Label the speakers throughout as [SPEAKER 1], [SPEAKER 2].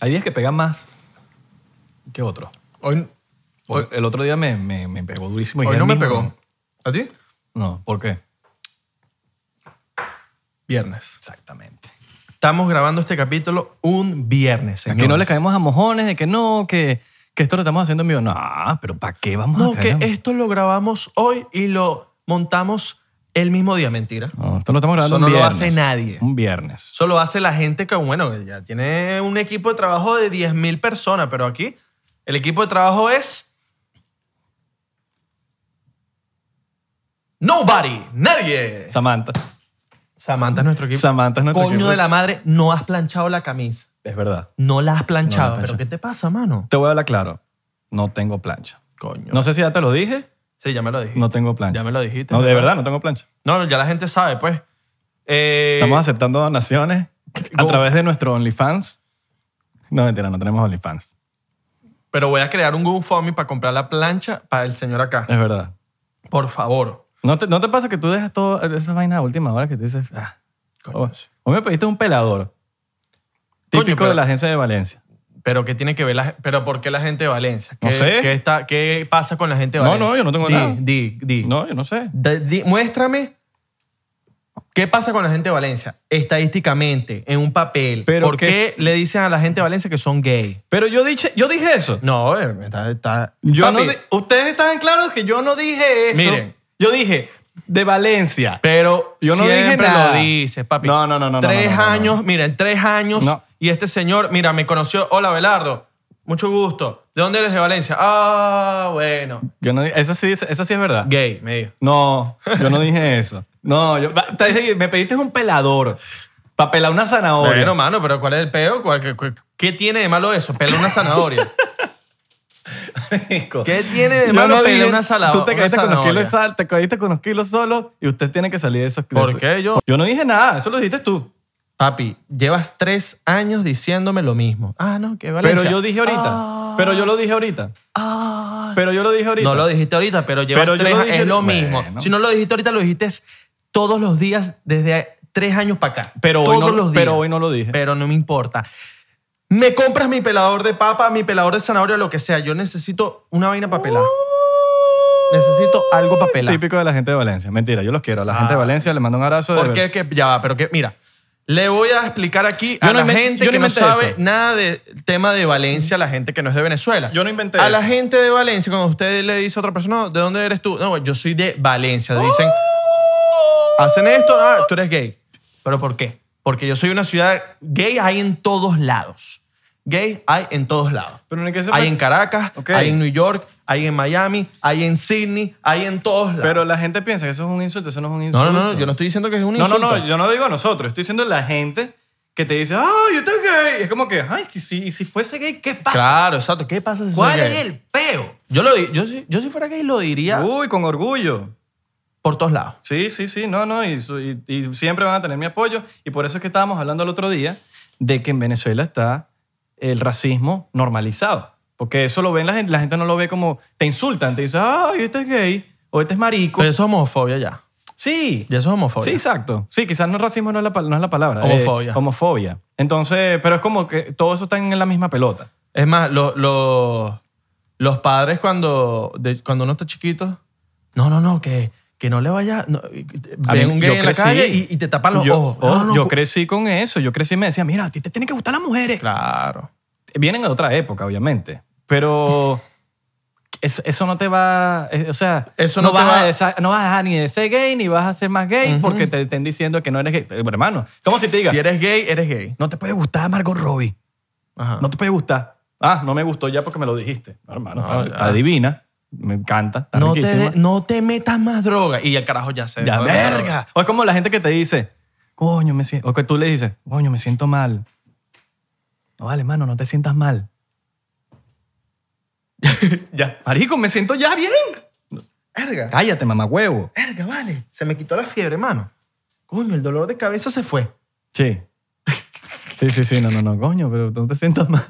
[SPEAKER 1] Hay días que pegan más que otros.
[SPEAKER 2] Hoy,
[SPEAKER 1] Hoy- El otro día me, me- me pegó durísimo. y
[SPEAKER 2] hoy
[SPEAKER 1] Pues ya
[SPEAKER 2] no me
[SPEAKER 1] mismo-
[SPEAKER 2] pegó. ¿A ti?
[SPEAKER 1] No, ¿por qué?
[SPEAKER 2] Viernes.
[SPEAKER 1] Exactamente.
[SPEAKER 2] Estamos grabando este capítulo un viernes,
[SPEAKER 1] De
[SPEAKER 2] señores.
[SPEAKER 1] que no le caemos a mojones, de que no, que, que esto lo estamos haciendo en vivo. No, pero ¿para qué vamos
[SPEAKER 2] No,
[SPEAKER 1] a
[SPEAKER 2] que
[SPEAKER 1] caer? a-
[SPEAKER 2] esto lo grabamos hoy y lo montamos el mismo día. Mentira.
[SPEAKER 1] No, esto lo estamos grabando
[SPEAKER 2] Eso no
[SPEAKER 1] un
[SPEAKER 2] lo
[SPEAKER 1] viernes.
[SPEAKER 2] hace nadie.
[SPEAKER 1] Un viernes.
[SPEAKER 2] Eso lo hace la gente que, bueno, ya tiene un equipo de trabajo de 10.000 personas, pero aquí el equipo de trabajo es... Nobody, nadie.
[SPEAKER 1] Samantha.
[SPEAKER 2] Samantha es nuestro equipo.
[SPEAKER 1] Samantha es nuestro
[SPEAKER 2] Coño
[SPEAKER 1] equipo.
[SPEAKER 2] de la madre, no has planchado la camisa.
[SPEAKER 1] Es verdad.
[SPEAKER 2] No la
[SPEAKER 1] No la
[SPEAKER 2] has planchado.
[SPEAKER 1] he planchado.
[SPEAKER 2] ¿Pero qué te pasa, mano?
[SPEAKER 1] Te voy a hablar claro. No tengo plancha.
[SPEAKER 2] Coño.
[SPEAKER 1] No sé si ya te lo dije.
[SPEAKER 2] Sí, ya me lo dijiste.
[SPEAKER 1] No tengo plancha.
[SPEAKER 2] Ya me lo dijiste.
[SPEAKER 1] No, de
[SPEAKER 2] ¿verdad?
[SPEAKER 1] verdad, no tengo plancha.
[SPEAKER 2] No, no, ya la gente sabe, pues. Eh,
[SPEAKER 1] Estamos aceptando donaciones a
[SPEAKER 2] Go.
[SPEAKER 1] través de nuestro OnlyFans. No, mentira, no tenemos OnlyFans.
[SPEAKER 2] Pero voy a crear un GoFundMe para comprar la plancha para el señor acá.
[SPEAKER 1] Es verdad.
[SPEAKER 2] Por favor.
[SPEAKER 1] ¿No te, no te pasa que tú dejas todas esas vainas a última hora que te dices, ah,
[SPEAKER 2] Coño,
[SPEAKER 1] hoy
[SPEAKER 2] sí.
[SPEAKER 1] hoy me pediste un pelador.
[SPEAKER 2] Coño,
[SPEAKER 1] Típico
[SPEAKER 2] pero-
[SPEAKER 1] de la agencia de Valencia.
[SPEAKER 2] Pero ¿qué tiene que ver la ge- pero por qué la gente de Valencia? ¿Qué,
[SPEAKER 1] No sé.
[SPEAKER 2] ¿qué, está, ¿Qué pasa con la gente de
[SPEAKER 1] No,
[SPEAKER 2] Valencia?
[SPEAKER 1] no, yo no tengo
[SPEAKER 2] Di,
[SPEAKER 1] nada.
[SPEAKER 2] Di, di.
[SPEAKER 1] No, yo no sé.
[SPEAKER 2] Da- di- muéstrame qué pasa con la gente de Valencia estadísticamente en un papel.
[SPEAKER 1] Pero
[SPEAKER 2] ¿Por
[SPEAKER 1] qué-
[SPEAKER 2] qué le dicen a la gente de Valencia que son gay?
[SPEAKER 1] Pero yo dije, yo dije eso.
[SPEAKER 2] No, eh, está, está-
[SPEAKER 1] Yo
[SPEAKER 2] Papi,
[SPEAKER 1] no di- Ustedes estaban claros que yo no dije eso.
[SPEAKER 2] Miren.
[SPEAKER 1] Yo dije, de Valencia.
[SPEAKER 2] Pero
[SPEAKER 1] Yo no dije
[SPEAKER 2] siempre
[SPEAKER 1] nada.
[SPEAKER 2] lo dices, papi.
[SPEAKER 1] No, no, no, no, no,
[SPEAKER 2] Tres
[SPEAKER 1] no, no, no.
[SPEAKER 2] años, mira, en tres años.
[SPEAKER 1] No.
[SPEAKER 2] Y este señor, mira, me conoció. Hola, Belardo. Mucho gusto. ¿De dónde eres de Valencia? Ah, bueno.
[SPEAKER 1] Yo no, di- eso, sí, eso sí es verdad.
[SPEAKER 2] Gay, me dijo.
[SPEAKER 1] No, yo no dije eso. No, yo, te dije, me pediste un pelador para pelar una zanahoria.
[SPEAKER 2] Bueno, mano, pero ¿cuál es el peo? ¿Cuál- qué, qué- qué tiene de malo eso? Pelar una zanahoria. ¿Qué tiene de
[SPEAKER 1] Yo
[SPEAKER 2] malo
[SPEAKER 1] no
[SPEAKER 2] pelar
[SPEAKER 1] dije-
[SPEAKER 2] una salada?
[SPEAKER 1] Tú te
[SPEAKER 2] una
[SPEAKER 1] caíste con los kilos
[SPEAKER 2] zanahoria?
[SPEAKER 1] de sal, te caíste con los kilos solo y usted tiene que salir de esos
[SPEAKER 2] ¿Por
[SPEAKER 1] de-
[SPEAKER 2] qué yo?
[SPEAKER 1] Yo no dije nada, eso lo dijiste tú.
[SPEAKER 2] Papi, llevas tres años diciéndome lo mismo. Ah, no, que Valencia.
[SPEAKER 1] Pero yo dije ahorita.
[SPEAKER 2] Ah,
[SPEAKER 1] Pero yo lo dije ahorita.
[SPEAKER 2] ah.
[SPEAKER 1] Pero yo lo dije ahorita.
[SPEAKER 2] No lo dijiste ahorita, pero llevas
[SPEAKER 1] Pero yo
[SPEAKER 2] tres
[SPEAKER 1] lo
[SPEAKER 2] años.
[SPEAKER 1] dije-
[SPEAKER 2] Es lo
[SPEAKER 1] Bueno.
[SPEAKER 2] mismo. Si no lo dijiste ahorita, lo dijiste todos los días desde tres años para acá.
[SPEAKER 1] Pero hoy,
[SPEAKER 2] Todos
[SPEAKER 1] no,
[SPEAKER 2] los días.
[SPEAKER 1] pero hoy no lo dije.
[SPEAKER 2] Pero no me importa. Me compras mi pelador de papa, mi pelador de zanahoria, lo que sea. Yo necesito una vaina para pelar.
[SPEAKER 1] Uh.
[SPEAKER 2] Necesito algo para pelar.
[SPEAKER 1] Típico de la gente de Valencia. Mentira, yo los quiero. A la
[SPEAKER 2] Ah.
[SPEAKER 1] gente de Valencia les mando un abrazo. de
[SPEAKER 2] ¿Por
[SPEAKER 1] ver-
[SPEAKER 2] qué? Que, ya va, pero que, mira, le voy a explicar aquí
[SPEAKER 1] Yo
[SPEAKER 2] a
[SPEAKER 1] no
[SPEAKER 2] la
[SPEAKER 1] inven-
[SPEAKER 2] gente
[SPEAKER 1] yo no
[SPEAKER 2] que no
[SPEAKER 1] inventé
[SPEAKER 2] sabe
[SPEAKER 1] eso.
[SPEAKER 2] nada del tema de Valencia, la gente que no es de Venezuela.
[SPEAKER 1] Yo no inventé
[SPEAKER 2] A la
[SPEAKER 1] eso.
[SPEAKER 2] gente de Valencia, cuando usted le dice a otra persona, "No, ¿de dónde eres tú? No, yo soy de Valencia. Dicen,
[SPEAKER 1] ¡Oh!
[SPEAKER 2] hacen esto, ah, tú eres gay. ¿Pero por qué? Porque yo soy una ciudad gay, hay en todos lados. Gay hay en todos lados.
[SPEAKER 1] Pero ni que se
[SPEAKER 2] hay
[SPEAKER 1] pase-
[SPEAKER 2] en Caracas,
[SPEAKER 1] Ok.
[SPEAKER 2] hay en New York, hay en Miami, hay en Sydney, hay en todos lados.
[SPEAKER 1] Pero la gente piensa que eso es un insulto, eso no es un
[SPEAKER 2] no,
[SPEAKER 1] insulto.
[SPEAKER 2] no, no, no, yo no estoy diciendo que es un
[SPEAKER 1] No, no,
[SPEAKER 2] insulto.
[SPEAKER 1] no, yo no digo a nosotros, estoy diciendo la gente que te dice, ¡ay, yo estoy gay! Es como que, ¡ay, que si, y si fuese gay, qué pasa?
[SPEAKER 2] Claro, exacto. ¿Qué pasa si
[SPEAKER 1] ¿Cuál
[SPEAKER 2] soy
[SPEAKER 1] es
[SPEAKER 2] gay?
[SPEAKER 1] el Uh. peo?
[SPEAKER 2] Yo, lo, di- yo, si- yo si fuera gay lo diría
[SPEAKER 1] Uy, con orgullo.
[SPEAKER 2] por todos lados.
[SPEAKER 1] Sí, sí, sí, no, no, y, su- y- y siempre van a tener mi apoyo. Y por eso es que estábamos hablando el otro día de que en Venezuela está el racismo normalizado. Porque eso lo ven la gente, la gente no lo ve como, te insultan, te dicen, ¡ay, este es gay! O este es marico.
[SPEAKER 2] Pero eso es homofobia ya.
[SPEAKER 1] sí.
[SPEAKER 2] Pues, Ya eso es homofobia.
[SPEAKER 1] Sí, exacto. Sí, quizás no racismo no es la, pal- no es la palabra. eh,
[SPEAKER 2] Homofobia.
[SPEAKER 1] homofobia. Entonces, pero es como que todo eso está en la misma pelota.
[SPEAKER 2] Es más, lo- lo- los padres cuando, de- cuando uno está chiquito, no, no, no, que, que no le vaya... no, y- ven un
[SPEAKER 1] yo
[SPEAKER 2] gay en la
[SPEAKER 1] crecí-
[SPEAKER 2] calle y, y te tapan los
[SPEAKER 1] yo,
[SPEAKER 2] ojos.
[SPEAKER 1] oh,
[SPEAKER 2] No, no, no,
[SPEAKER 1] yo
[SPEAKER 2] cu-
[SPEAKER 1] crecí con eso. Yo crecí y me decía, mira, a ti te tienen que gustar las mujeres.
[SPEAKER 2] Claro.
[SPEAKER 1] Vienen de otra época, obviamente. Pero es- eso no te va... es- O sea,
[SPEAKER 2] Eso no
[SPEAKER 1] vas
[SPEAKER 2] te va-
[SPEAKER 1] a desa- no vas a dejar ni de ser gay ni vas a ser más gay
[SPEAKER 2] Ujú.
[SPEAKER 1] porque te estén diciendo que no eres gay. Pero, hermano, es como si te diga,
[SPEAKER 2] Si eres gay, eres gay.
[SPEAKER 1] no te puede gustar Margot Robbie.
[SPEAKER 2] Ajá.
[SPEAKER 1] No te puede gustar. Ah, no me gustó ya porque me lo dijiste. No, hermano,
[SPEAKER 2] No,
[SPEAKER 1] está,
[SPEAKER 2] ya.
[SPEAKER 1] está divina. Me encanta. Está
[SPEAKER 2] Ah, No te,
[SPEAKER 1] riquísima.
[SPEAKER 2] de- no te metas más droga. Y el carajo ya se...
[SPEAKER 1] ya,
[SPEAKER 2] no,
[SPEAKER 1] verga. O es como la gente que te dice, coño, me siento... O que tú le dices, coño, me siento mal. No vale, hermano, no te sientas mal.
[SPEAKER 2] Ya.
[SPEAKER 1] Marico, me siento ya bien.
[SPEAKER 2] Verga.
[SPEAKER 1] Cállate, mamá huevo.
[SPEAKER 2] Verga, vale. Se me quitó la fiebre, hermano. Coño, el dolor de cabeza se fue.
[SPEAKER 1] Sí. Sí, sí, sí. No, no, no. Coño, pero no te sientas mal.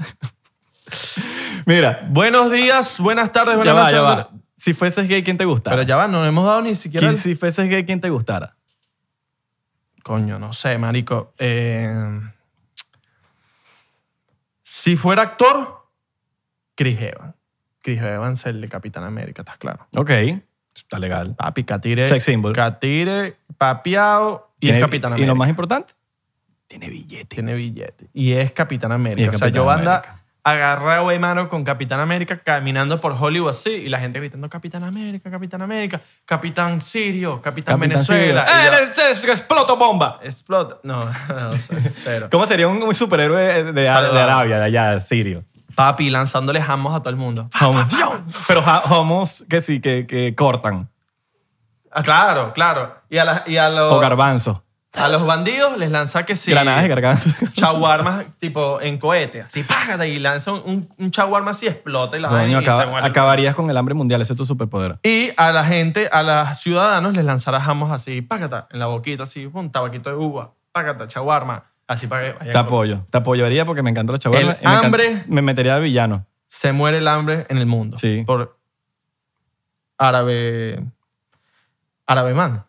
[SPEAKER 1] Mira,
[SPEAKER 2] Buenos días, buenas tardes,
[SPEAKER 1] ya
[SPEAKER 2] buenas
[SPEAKER 1] va,
[SPEAKER 2] noches.
[SPEAKER 1] ya va. Si fueses gay, ¿quién te gustara?
[SPEAKER 2] Pero ya va, no le hemos dado ni siquiera.
[SPEAKER 1] ¿Qui- Si fueses gay, ¿quién te gustara?
[SPEAKER 2] Coño, no sé, marico. Eh, Si fuera actor, Chris Evans. Chris Evans es el de Capitán América, estás claro.
[SPEAKER 1] Ok, está legal.
[SPEAKER 2] Papi, Catire.
[SPEAKER 1] Sex symbol.
[SPEAKER 2] Catire, papiado y es
[SPEAKER 1] Tiene-
[SPEAKER 2] Capitán
[SPEAKER 1] Y
[SPEAKER 2] América.
[SPEAKER 1] lo más importante, tiene billete.
[SPEAKER 2] Tiene billete. Y es Capitán América.
[SPEAKER 1] Y es
[SPEAKER 2] o sea,
[SPEAKER 1] Capitán
[SPEAKER 2] yo anda
[SPEAKER 1] América.
[SPEAKER 2] agarrado de mano con Capitán América caminando por Hollywood así y la gente gritando Capitán América, Capitán América, Capitán Sirio, Capitán, Venezuela.
[SPEAKER 1] Sirio.
[SPEAKER 2] Y yo,
[SPEAKER 1] ¡Eh, eh, eh, exploto bomba!
[SPEAKER 2] Explota. No, no, sé, cero.
[SPEAKER 1] ¿Cómo sería un, un superhéroe de, de- de
[SPEAKER 2] Salvador.
[SPEAKER 1] Arabia, de allá, sirio?
[SPEAKER 2] Papi, lanzándole jamos a todo el mundo.
[SPEAKER 1] Homos. Pero ja- homos que sí, que, que cortan.
[SPEAKER 2] Ah, claro, claro. Y a, la- y a
[SPEAKER 1] O
[SPEAKER 2] los,
[SPEAKER 1] garbanzos.
[SPEAKER 2] a los bandidos les lanza que sí.
[SPEAKER 1] Granadas de garganta.
[SPEAKER 2] Chaguarmas tipo en cohete, así págate y lanza un, un, un chaguarma así explota y la vaina
[SPEAKER 1] Coño,
[SPEAKER 2] y se
[SPEAKER 1] acaba-
[SPEAKER 2] muere.
[SPEAKER 1] acabarías con el hambre mundial, ese es tu superpoder.
[SPEAKER 2] Y a la gente, a los ciudadanos, les lanzará jamos así, págata, en la boquita, así, un tabaquito de uva, págata, chaguarma, así para que vayan
[SPEAKER 1] Te
[SPEAKER 2] con-
[SPEAKER 1] apoyo. Te apoyaría porque me encanta los chavales.
[SPEAKER 2] El
[SPEAKER 1] y me encanta-
[SPEAKER 2] hambre.
[SPEAKER 1] Me metería de villano.
[SPEAKER 2] Se muere el hambre en el mundo.
[SPEAKER 1] Sí.
[SPEAKER 2] Por árabe. Árabe man.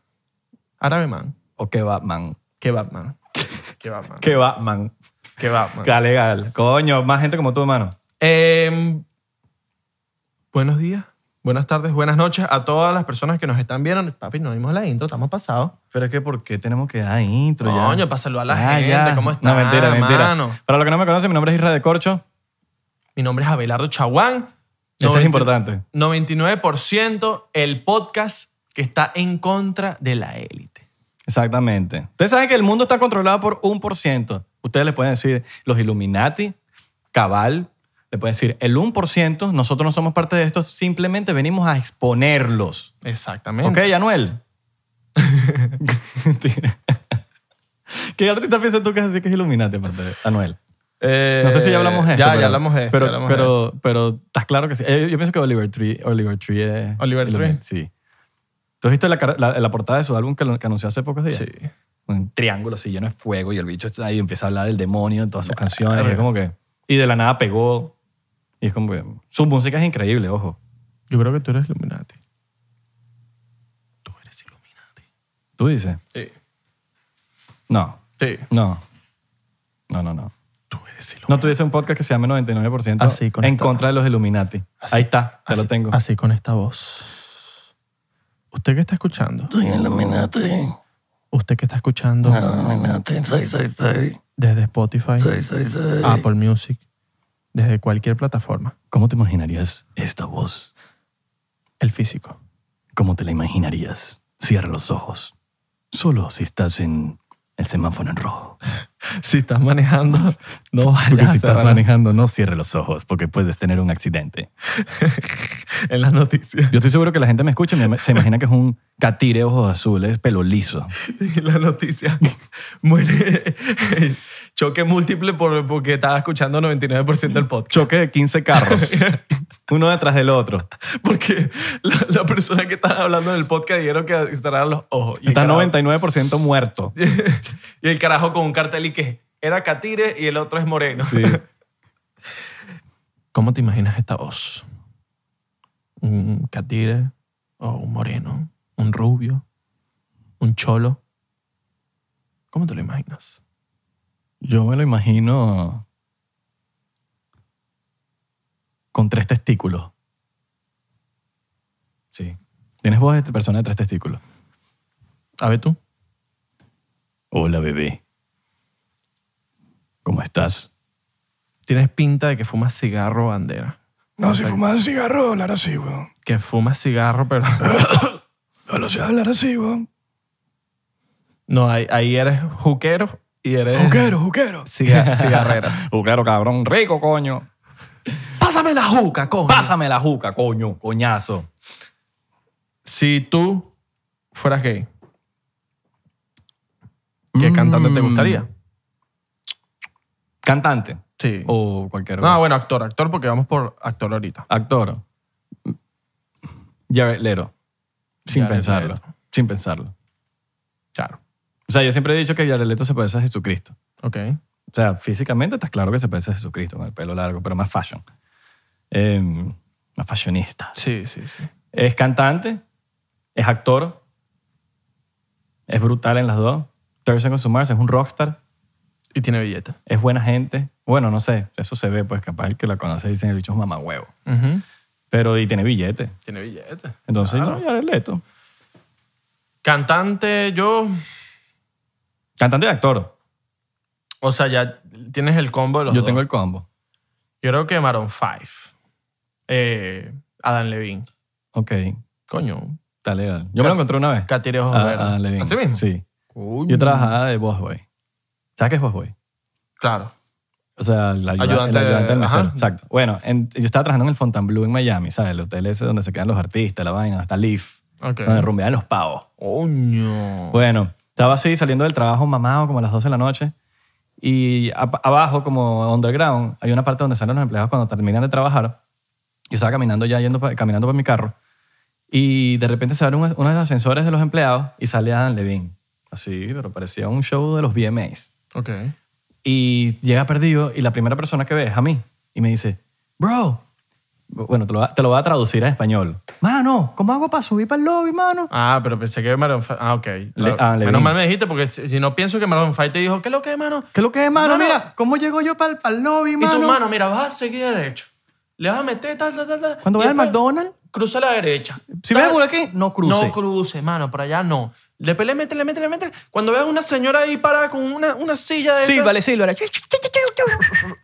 [SPEAKER 2] Árabe man.
[SPEAKER 1] O que Batman.
[SPEAKER 2] Que Batman. Que Batman.
[SPEAKER 1] Que Batman.
[SPEAKER 2] Que Batman.
[SPEAKER 1] Está legal. Coño, más gente como tú, hermano.
[SPEAKER 2] Eh, buenos días, buenas tardes, buenas noches a todas las personas que nos están viendo. Papi, nos dimos la intro, estamos pasados.
[SPEAKER 1] Pero es que, ¿por qué tenemos que dar intro ya?
[SPEAKER 2] Coño, para saludar a la
[SPEAKER 1] Ah,
[SPEAKER 2] gente,
[SPEAKER 1] ya.
[SPEAKER 2] ¿cómo
[SPEAKER 1] No,
[SPEAKER 2] están,
[SPEAKER 1] mentira, mentira.
[SPEAKER 2] mano?
[SPEAKER 1] Para los que no me conocen, mi nombre es Israel de Corcho.
[SPEAKER 2] Mi nombre es Abelardo Chaguán.
[SPEAKER 1] Eso
[SPEAKER 2] 90
[SPEAKER 1] es importante.
[SPEAKER 2] 99% el podcast que está en contra de la élite.
[SPEAKER 1] Exactamente. Ustedes saben que el mundo está controlado por 1%. Ustedes les pueden decir los Illuminati, Cabal, le pueden decir el 1%, nosotros no somos parte de esto, simplemente venimos a exponerlos. ¿Ok,
[SPEAKER 2] Exactamente.
[SPEAKER 1] Anuel? Mentira. ¿Qué artista piensas tú que es, que es Illuminati aparte de Anuel?
[SPEAKER 2] Eh,
[SPEAKER 1] No sé si ya hablamos de esto.
[SPEAKER 2] Ya,
[SPEAKER 1] pero-
[SPEAKER 2] ya hablamos de esto.
[SPEAKER 1] Pero,
[SPEAKER 2] ya hablamos de esto.
[SPEAKER 1] pero, pero estás claro que sí. Eh, Yo, pienso que Oliver Tree, Oliver Tree es...
[SPEAKER 2] Oliver Tree.
[SPEAKER 1] Illuminati, Sí. ¿Tú has visto la, cara- la- la portada de su álbum que, lo- que anunció hace pocos días?
[SPEAKER 2] Sí.
[SPEAKER 1] un triángulo así lleno de fuego y el bicho está ahí y empieza a hablar del demonio en todas sus canciones. Y es
[SPEAKER 2] verga.
[SPEAKER 1] como que. Y de la nada pegó. Y es como que. Su música es increíble, ojo.
[SPEAKER 2] Yo creo que tú eres Illuminati. Tú eres Illuminati.
[SPEAKER 1] Tú dices.
[SPEAKER 2] Sí.
[SPEAKER 1] No,
[SPEAKER 2] Sí.
[SPEAKER 1] no. No, no, no.
[SPEAKER 2] Tú eres Illuminati.
[SPEAKER 1] No tuviese un podcast que se llame 99%
[SPEAKER 2] Así, con
[SPEAKER 1] en
[SPEAKER 2] esta-
[SPEAKER 1] contra de los Illuminati.
[SPEAKER 2] Así,
[SPEAKER 1] ahí está, ya
[SPEAKER 2] así-
[SPEAKER 1] lo tengo.
[SPEAKER 2] Así con esta voz. Usted que está escuchando,
[SPEAKER 1] Soy Illuminati.
[SPEAKER 2] usted que está escuchando
[SPEAKER 1] Ah. Illuminati. Soy, soy, soy.
[SPEAKER 2] desde Spotify,
[SPEAKER 1] soy, soy.
[SPEAKER 2] Apple Music, desde cualquier plataforma,
[SPEAKER 1] Ah, ¿Cómo te imaginarías esta voz?
[SPEAKER 2] el físico.
[SPEAKER 1] ¿Cómo te la imaginarías? Cierra los ojos. Solo si estás en el semáforo en rojo.
[SPEAKER 2] Si estás manejando, no vayas
[SPEAKER 1] Porque
[SPEAKER 2] a
[SPEAKER 1] si estás
[SPEAKER 2] cerrar
[SPEAKER 1] manejando, no cierre los ojos porque puedes tener un accidente.
[SPEAKER 2] en las noticias.
[SPEAKER 1] Yo estoy seguro que la gente me escucha y me- se imagina que es un catire ojos azules, pelo liso.
[SPEAKER 2] En las noticias. Muere. Choque múltiple por, porque estaba escuchando 99% del podcast.
[SPEAKER 1] Choque de 15 carros, uno detrás del otro.
[SPEAKER 2] Porque la, la persona que estaba hablando en el podcast dijeron que cerraran los ojos. Y el
[SPEAKER 1] Está
[SPEAKER 2] carajo-
[SPEAKER 1] 99% muerto.
[SPEAKER 2] y el carajo con un cartel y que era Catire y el otro es Moreno.
[SPEAKER 1] Sí.
[SPEAKER 2] ¿Cómo te imaginas esta voz? Un Catire o un Moreno, un rubio, un cholo. ¿Cómo te lo imaginas?
[SPEAKER 1] Yo me lo imagino con tres testículos. Sí. Tienes voz de persona de tres testículos.
[SPEAKER 2] A ver tú.
[SPEAKER 1] Hola, bebé. ¿Cómo estás?
[SPEAKER 2] Tienes pinta de que fumas cigarro bandera.
[SPEAKER 1] No, si fumaba cigarro, hablar así, weón.
[SPEAKER 2] Que fumas cigarro, pero
[SPEAKER 1] No lo sé hablar así, weón.
[SPEAKER 2] no, ahí, ahí eres juquero y eres
[SPEAKER 1] Juquero, juquero.
[SPEAKER 2] ciga- cigarrero.
[SPEAKER 1] Juquero, cabrón. Rico, coño.
[SPEAKER 2] Pásame la juca, coño.
[SPEAKER 1] Pásame la juca, coño. Coñazo.
[SPEAKER 2] Si tú fueras gay, ¿qué cantante te
[SPEAKER 1] Mm.
[SPEAKER 2] gustaría?
[SPEAKER 1] Cantante.
[SPEAKER 2] Sí.
[SPEAKER 1] O cualquier cosa.
[SPEAKER 2] no, bueno, actor, actor, porque vamos por actor ahorita.
[SPEAKER 1] Actor. Jared Leto. Sin
[SPEAKER 2] Jared
[SPEAKER 1] pensarlo.
[SPEAKER 2] Leto.
[SPEAKER 1] Sin pensarlo.
[SPEAKER 2] Claro.
[SPEAKER 1] O sea, yo siempre he dicho que Jared Leto se parece a Jesucristo.
[SPEAKER 2] Ok.
[SPEAKER 1] O sea, físicamente estás claro que se parece a Jesucristo con el pelo largo, pero más fashion. Eh, más fashionista.
[SPEAKER 2] Sí, sí, sí.
[SPEAKER 1] Es cantante, es actor, es brutal en las dos. Thurston con su Mars es un rockstar.
[SPEAKER 2] Y tiene billete.
[SPEAKER 1] es buena gente. Bueno, no sé, eso se ve, pues capaz el que la conoce dicen el bicho es mamagüevo. Pero y tiene billete.
[SPEAKER 2] Tiene billete.
[SPEAKER 1] Entonces, no, ya eres leto.
[SPEAKER 2] Cantante, yo.
[SPEAKER 1] Cantante y actor.
[SPEAKER 2] O sea, ya tienes el combo de los
[SPEAKER 1] Yo
[SPEAKER 2] dos.
[SPEAKER 1] tengo el combo.
[SPEAKER 2] Yo creo que Maroon 5. Eh, Adam Levine.
[SPEAKER 1] Ok,
[SPEAKER 2] Coño.
[SPEAKER 1] está legal. Yo me lo encontré una vez.
[SPEAKER 2] Catire Ojos
[SPEAKER 1] Ah,
[SPEAKER 2] Verdes.
[SPEAKER 1] ah, Levin.
[SPEAKER 2] ¿Así mismo?
[SPEAKER 1] Sí.
[SPEAKER 2] Coño.
[SPEAKER 1] Yo trabajaba de boss boy. ¿Sabes qué es boss boy?
[SPEAKER 2] Claro.
[SPEAKER 1] O sea, el ayuda-
[SPEAKER 2] Ayudante,
[SPEAKER 1] el ayudante del mesero.
[SPEAKER 2] ajá.
[SPEAKER 1] Exacto. Bueno, en- yo estaba trabajando en el Fontainebleau en Miami, ¿sabes? El hotel ese donde se quedan los artistas, la vaina, hasta Leaf,
[SPEAKER 2] Ok.
[SPEAKER 1] donde rumbean los pavos.
[SPEAKER 2] Coño.
[SPEAKER 1] Bueno, estaba así saliendo del trabajo mamado como a las 12 de la noche y a- abajo como underground hay una parte donde salen los empleados cuando terminan de trabajar. Yo estaba caminando ya yendo pa- caminando por mi carro y de repente se abre un- uno de los ascensores de los empleados y sale Adam Levine. Así, pero parecía un show de los VMAs.
[SPEAKER 2] Ok.
[SPEAKER 1] Y llega perdido y la primera persona que ve es a mí y me dice, bro, bueno, te lo, va- te lo voy a traducir a español. Mano, ¿cómo hago para subir para el lobby, mano?
[SPEAKER 2] Ah, pero pensé que Maroon 5. Ah, ok. Claro.
[SPEAKER 1] ah, Levine.
[SPEAKER 2] Menos mal me dijiste, porque si, si no pienso que Maroon 5 te dijo, ¿qué es lo que es, mano?
[SPEAKER 1] ¿Qué es lo que es,
[SPEAKER 2] Mano.
[SPEAKER 1] ¿cómo llego yo para el, lobby,
[SPEAKER 2] Y tu mano, mira, vas a seguir derecho. Le vas a meter tal, tal, tal, tal.
[SPEAKER 1] Cuando
[SPEAKER 2] Y
[SPEAKER 1] vayas al
[SPEAKER 2] después
[SPEAKER 1] McDonald's,
[SPEAKER 2] Cruza a la derecha.
[SPEAKER 1] Si
[SPEAKER 2] Tal.
[SPEAKER 1] ves por aquí, no cruce.
[SPEAKER 2] No cruce, mano, por allá no. Después le mete, le mete, le mete. Cuando veas una señora ahí parada con una, una silla de
[SPEAKER 1] Sí,
[SPEAKER 2] esas,
[SPEAKER 1] vale, sí, lo haré.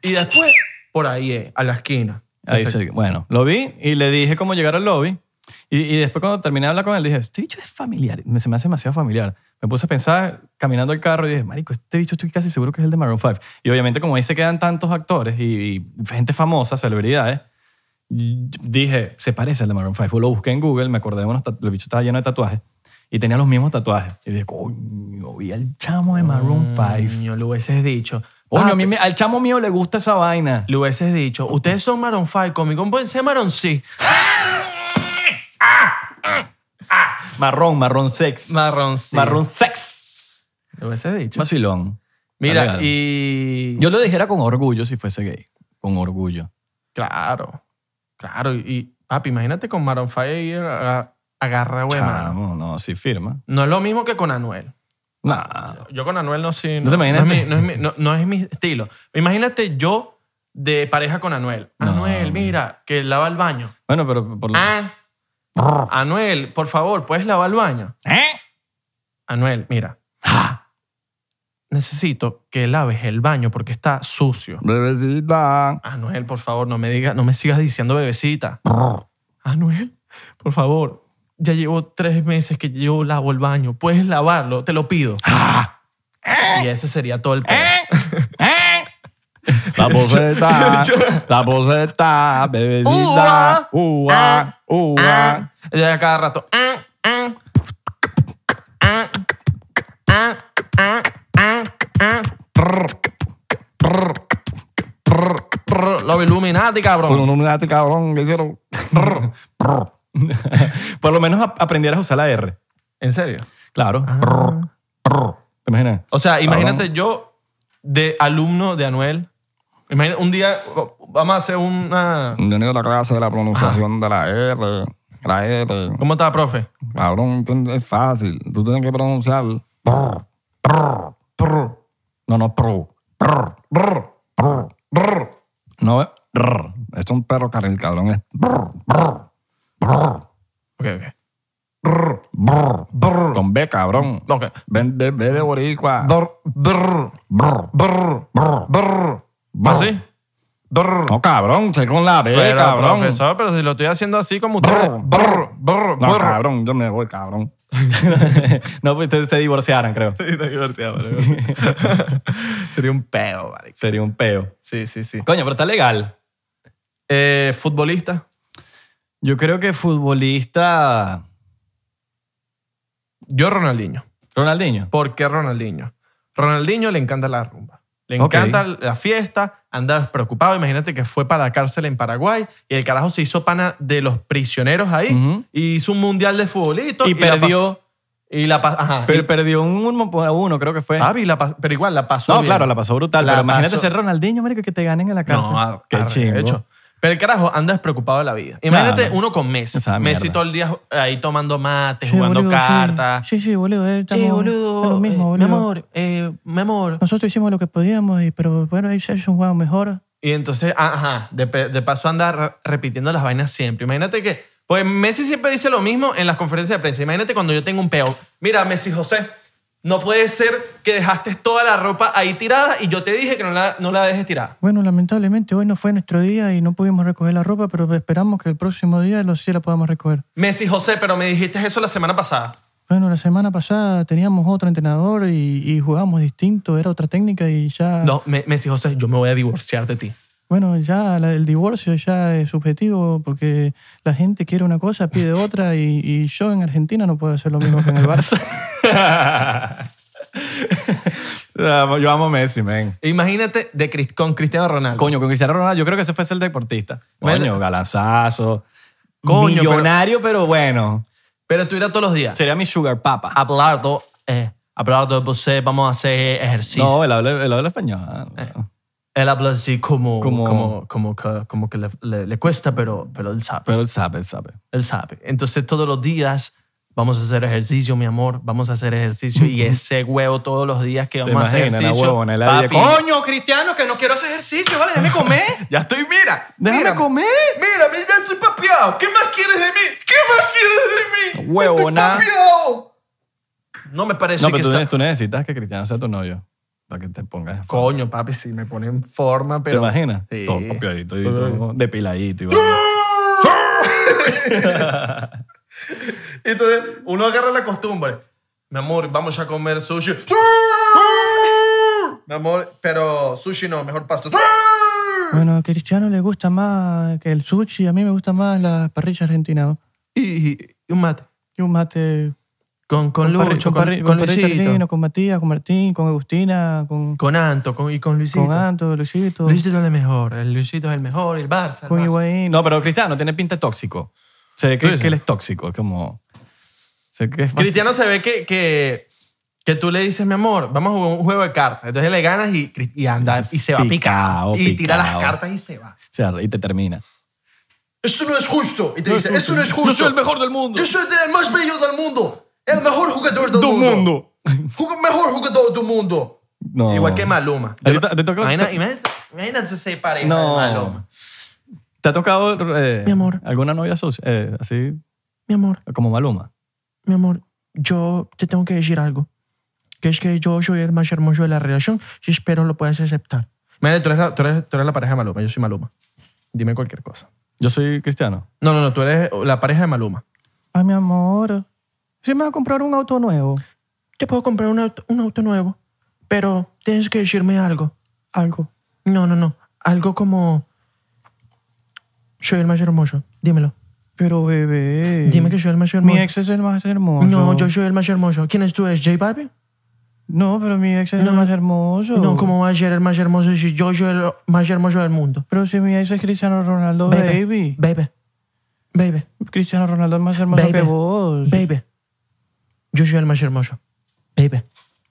[SPEAKER 2] Y después, por ahí es, a la esquina.
[SPEAKER 1] Ahí
[SPEAKER 2] Perfecto.
[SPEAKER 1] sí, Bueno, lo vi y le dije cómo llegar al lobby. Y, y después cuando terminé de hablar con él, dije, este bicho es familiar. Me- Se me hace demasiado familiar. Me puse a pensar, caminando al carro, y dije, marico, este bicho estoy casi seguro que es el de Maroon 5. Y obviamente como ahí se quedan tantos actores y, y gente famosa, celebridades, y- dije, se parece al de Maroon 5. Lo busqué en Google, me acordé de unos tatu- el bicho estaba lleno de tatuajes. Y tenía los mismos tatuajes. Y dije, coño, vi al chamo de
[SPEAKER 2] Mm.
[SPEAKER 1] Maroon 5.
[SPEAKER 2] Coño, lo hubieses dicho.
[SPEAKER 1] Coño,
[SPEAKER 2] Papi,
[SPEAKER 1] a mí me- al chamo mío le gusta esa vaina.
[SPEAKER 2] Le hubieses dicho, ustedes son Maroon 5, conmigo pueden ser Maroon 6.
[SPEAKER 1] Marrón, marrón sex.
[SPEAKER 2] Marrón sex.
[SPEAKER 1] Marrón sex.
[SPEAKER 2] Le hubieses dicho.
[SPEAKER 1] Vacilón.
[SPEAKER 2] Mira,
[SPEAKER 1] Está legal.
[SPEAKER 2] y...
[SPEAKER 1] Yo lo dijera con orgullo si fuese gay. Con orgullo.
[SPEAKER 2] Claro, claro. Y, papi, imagínate con Maroon 5 ahí aga- agarra güey, mano.
[SPEAKER 1] Chamo, no, si firma.
[SPEAKER 2] No es lo mismo que con Anuel.
[SPEAKER 1] Nah.
[SPEAKER 2] Yo con Anuel no sí.
[SPEAKER 1] ¿No te imaginas?
[SPEAKER 2] No es mi, no es mi- no- no es mi estilo. Imagínate yo de pareja con Anuel.
[SPEAKER 1] No.
[SPEAKER 2] Anuel, mira, que lava el baño.
[SPEAKER 1] Bueno, pero por lo...
[SPEAKER 2] Ah. Anuel, por favor, ¿puedes lavar el baño?
[SPEAKER 1] ¿Eh?
[SPEAKER 2] Anuel, mira. Necesito que laves el baño porque está sucio.
[SPEAKER 1] Bebecita.
[SPEAKER 2] Anuel, por favor, no me digas, no me sigas diciendo bebecita. Anuel, por favor, ya llevo tres meses que yo lavo el baño. ¿Puedes lavarlo? Te lo pido. Y ese sería todo el pedo.
[SPEAKER 1] ¿Eh? La poseta, la poseta, bebecita, uva, Ah. uva.
[SPEAKER 2] Ya cada rato. ah, ah, ah, ah, ah, ah, ah. Prr, prr, prr, prr. Los Illuminati, cabrón.
[SPEAKER 1] Illuminati, cabrón, ¿qué hicieron? Por lo menos ap- aprendieras a usar la R.
[SPEAKER 2] ¿En serio?
[SPEAKER 1] Claro. Prr, prr. ¿Te imaginas?
[SPEAKER 2] O sea, imagínate yo de alumno de Anuel. Imagina, un día oh, vamos a hacer una...
[SPEAKER 3] Bienvenido a la clase de la
[SPEAKER 1] Ah.
[SPEAKER 3] pronunciación de la R. La R.
[SPEAKER 2] ¿Cómo está, profe?
[SPEAKER 3] Cabrón, tú- es fácil. Tú tienes que pronunciar. Prr, prr, prr. No, no, prr. Prr, prr, prr, prr. No es. prr. Es un perro carril, cabrón. Es. prr, prr, prr,
[SPEAKER 2] Ok, ok.
[SPEAKER 3] prr, prr, prr. Con B, cabrón.
[SPEAKER 2] Ok.
[SPEAKER 3] Ven de, ve de boricua.
[SPEAKER 2] Brr, brr,
[SPEAKER 3] Brr,
[SPEAKER 2] brr,
[SPEAKER 3] brr,
[SPEAKER 2] brr.
[SPEAKER 3] brr.
[SPEAKER 2] ¿Así? Brr.
[SPEAKER 3] No, cabrón, sé con la B,
[SPEAKER 2] Pero,
[SPEAKER 3] cabrón.
[SPEAKER 2] profesor, pero si lo estoy haciendo así como usted...
[SPEAKER 3] Brr,
[SPEAKER 2] Brr, brr,
[SPEAKER 3] No, ah.
[SPEAKER 2] brr.
[SPEAKER 3] cabrón, yo me voy, cabrón.
[SPEAKER 1] no, pues te- se divorciaran, creo.
[SPEAKER 2] Sería un pedo, marico.
[SPEAKER 1] Sería un peo.
[SPEAKER 2] Sí, sí, sí.
[SPEAKER 1] Coño, pero está legal.
[SPEAKER 2] Eh, futbolista.
[SPEAKER 1] Yo creo que futbolista.
[SPEAKER 2] Yo, Ronaldinho.
[SPEAKER 1] Ronaldinho.
[SPEAKER 2] ¿Por qué Ronaldinho? Ronaldinho le encanta la rumba. Le
[SPEAKER 1] Ok.
[SPEAKER 2] encanta la fiesta, anda despreocupado. Imagínate que fue para la cárcel en Paraguay y el carajo se hizo pana de los prisioneros ahí
[SPEAKER 1] Ujú.
[SPEAKER 2] y hizo un mundial de futbolistas.
[SPEAKER 1] Y
[SPEAKER 2] la
[SPEAKER 1] perdió.
[SPEAKER 2] pasó- Y la pasó. Ajá.
[SPEAKER 1] Pero
[SPEAKER 2] y-
[SPEAKER 1] perdió un 1 a 1, creo que fue.
[SPEAKER 2] papi, la pas- pero igual la pasó.
[SPEAKER 1] no,
[SPEAKER 2] bien.
[SPEAKER 1] claro, Ah, la pasó ah, brutal.
[SPEAKER 2] La
[SPEAKER 1] pero imagínate
[SPEAKER 2] pasó-
[SPEAKER 1] ser Ronaldinho, marico, que te ganen en la cárcel.
[SPEAKER 2] No,
[SPEAKER 1] qué
[SPEAKER 2] arrecho.
[SPEAKER 1] chingo.
[SPEAKER 2] Ah, Pero el carajo anda despreocupado de la vida. Imagínate
[SPEAKER 1] Claro.
[SPEAKER 2] uno con Messi.
[SPEAKER 1] Esa
[SPEAKER 2] Messi
[SPEAKER 1] mierda.
[SPEAKER 2] todo el día ahí tomando mate, jugando cartas.
[SPEAKER 1] Eh, Sí, sí, boludo. eh,
[SPEAKER 2] Che,
[SPEAKER 1] estamos- es lo mismo,
[SPEAKER 2] eh,
[SPEAKER 1] boludo.
[SPEAKER 2] mi amor, eh, mi amor.
[SPEAKER 1] Nosotros hicimos lo que podíamos, y- pero bueno, ellos ellos jugaban mejor.
[SPEAKER 2] Y entonces, ah, ajá, de, pe- de paso anda re- repitiendo las vainas siempre. Imagínate que, pues Messi siempre dice lo mismo en las conferencias de prensa. Imagínate cuando yo tengo un peo. Mira, Messi José, no puede ser que dejaste toda la ropa ahí tirada y yo te dije que no la, no la dejes tirada.
[SPEAKER 1] Bueno, lamentablemente hoy no fue nuestro día y no pudimos recoger la ropa, pero esperamos que el próximo día lo, sí la podamos recoger.
[SPEAKER 2] Messi José, pero me dijiste eso la semana pasada.
[SPEAKER 1] Bueno, la semana pasada teníamos otro entrenador y, y jugábamos distinto, era otra técnica y ya...
[SPEAKER 2] No, Me- Messi José, yo me voy a divorciar de ti.
[SPEAKER 1] Bueno, ya la- el divorcio ya es subjetivo porque la gente quiere una cosa, pide otra y, y yo en Argentina no puedo hacer lo mismo que en el Barça.
[SPEAKER 3] Yo amo Messi, men.
[SPEAKER 2] Imagínate de Crist- con Cristiano Ronaldo.
[SPEAKER 1] Coño, con Cristiano Ronaldo, yo creo que ese fue el deportista.
[SPEAKER 2] Bueno.
[SPEAKER 3] Coño, galanzazo.
[SPEAKER 2] Coño,
[SPEAKER 3] millonario, pero, bueno.
[SPEAKER 2] Pero tú irás todos los días.
[SPEAKER 1] Sería mi sugar papa.
[SPEAKER 2] Abelardo, eh, Abelardo, pues eh, vamos a hacer ejercicio.
[SPEAKER 1] No, él habla, él habla español. Ah,
[SPEAKER 2] Él habla así como, como,
[SPEAKER 1] Como-
[SPEAKER 2] como, que, como que le, le- le cuesta, pero, pero él sabe.
[SPEAKER 3] Pero él sabe, él sabe.
[SPEAKER 2] Él sabe. Entonces todos los días vamos a hacer ejercicio, mi amor. Vamos a hacer ejercicio. Y ese huevo todos los días que vamos a hacer
[SPEAKER 3] imaginas, la
[SPEAKER 2] ejercicio.
[SPEAKER 3] huevona, la vida
[SPEAKER 2] papi,
[SPEAKER 3] con-
[SPEAKER 1] Coño, Cristiano, que no quiero hacer ejercicio, vale, déjame comer.
[SPEAKER 2] Ya estoy, mira.
[SPEAKER 1] Déjame
[SPEAKER 2] mira,
[SPEAKER 1] comer.
[SPEAKER 2] Mira, mira, ya estoy papeado. ¿Qué más quieres de mí? ¿Qué más quieres de mí?
[SPEAKER 3] Huevona.
[SPEAKER 2] Estoy papeado. No me parece
[SPEAKER 1] No,
[SPEAKER 2] que
[SPEAKER 1] pero tú,
[SPEAKER 2] está...
[SPEAKER 1] ne- tú necesitas que Cristiano sea tu novio para que te pongas.
[SPEAKER 2] Coño, papi, si me pone en forma,
[SPEAKER 1] ¿Te
[SPEAKER 2] pero...
[SPEAKER 1] imaginas?
[SPEAKER 2] Sí.
[SPEAKER 1] Todo copiadito y todo depiladito. Y
[SPEAKER 2] Entonces, uno agarra la costumbre. Mi amor, vamos a comer sushi. Mi amor, pero sushi no, mejor pasto.
[SPEAKER 1] Bueno, a Cristiano le gusta más que el sushi, a mí me gusta más la parrilla argentina. ¿no?
[SPEAKER 2] Y, y- y un mate.
[SPEAKER 1] Y un mate
[SPEAKER 2] Con, con,
[SPEAKER 1] parri-
[SPEAKER 2] Lucho, con,
[SPEAKER 1] parri-
[SPEAKER 2] con
[SPEAKER 1] parrilla
[SPEAKER 2] Luisito.
[SPEAKER 1] argentina, con Matías, con Martín, con Agustina, con,
[SPEAKER 2] Con Anto con, y con Luisito.
[SPEAKER 1] con Anto, Luisito,
[SPEAKER 2] Luisito es el mejor. El Luisito es el mejor. El Barça. el
[SPEAKER 1] con
[SPEAKER 2] Barça.
[SPEAKER 1] Higuaín. No, pero Cristiano tiene pinta de tóxico. Se ve
[SPEAKER 2] ¿Tú
[SPEAKER 1] que,
[SPEAKER 2] dices?
[SPEAKER 1] que él es tóxico, es como... se ve que es-
[SPEAKER 2] Cristiano se ve que, que, que tú le dices, mi amor, vamos a jugar un juego de cartas. Entonces le ganas y, Cris- y anda y se va picado.
[SPEAKER 3] Picao,
[SPEAKER 2] Y tira las
[SPEAKER 3] picao.
[SPEAKER 2] cartas y se va.
[SPEAKER 3] O sea, y te termina.
[SPEAKER 4] Esto no es justo. Y te dice, esto no es
[SPEAKER 1] Yo soy
[SPEAKER 4] justo.
[SPEAKER 1] el mejor del mundo.
[SPEAKER 4] Yo soy el más bello del mundo. El mejor jugador del
[SPEAKER 3] ¡Tu
[SPEAKER 4] mundo.
[SPEAKER 3] mundo!
[SPEAKER 4] Ju- mejor jugador del mundo.
[SPEAKER 3] No.
[SPEAKER 2] Igual que Maluma.
[SPEAKER 1] ¿A ti te- te toca-
[SPEAKER 2] Imagina- imagínate, imagínate ese pareja
[SPEAKER 1] No.
[SPEAKER 2] de Maluma.
[SPEAKER 1] ¿Te ha tocado eh,
[SPEAKER 2] Mi amor.
[SPEAKER 1] alguna novia socia, eh, así
[SPEAKER 2] Mi amor,
[SPEAKER 1] como Maluma?
[SPEAKER 2] mi amor, yo te tengo que decir algo. Que es que yo soy el más hermoso de la relación y espero lo puedas aceptar. Imagínate, tú eres la, tú eres- tú eres la pareja de Maluma, yo soy Maluma. Dime cualquier cosa.
[SPEAKER 1] Yo soy cristiano.
[SPEAKER 2] No, no, no, tú eres la pareja de Maluma.
[SPEAKER 1] Ay, mi amor. Si me vas a comprar un auto nuevo,
[SPEAKER 2] Te puedo comprar un auto, un auto nuevo, pero tienes que decirme algo.
[SPEAKER 1] algo.
[SPEAKER 2] No, no, no. Algo como... Soy el más hermoso. Dímelo.
[SPEAKER 1] Pero bebé.
[SPEAKER 2] Dime que soy el más hermoso.
[SPEAKER 1] Mi ex es el más hermoso.
[SPEAKER 2] No, yo soy el más hermoso. ¿Quién es tú? ¿Es J Balvin?
[SPEAKER 1] No, pero mi ex es
[SPEAKER 2] No.
[SPEAKER 1] el más hermoso.
[SPEAKER 2] No, ¿cómo va a ser el más hermoso si yo soy el más hermoso del mundo?
[SPEAKER 1] Pero si mi ex es Cristiano Ronaldo, baby.
[SPEAKER 2] Baby. Baby.
[SPEAKER 1] Cristiano Ronaldo es más hermoso
[SPEAKER 2] Baby.
[SPEAKER 1] que vos.
[SPEAKER 2] Baby. Yo soy el más hermoso. Baby.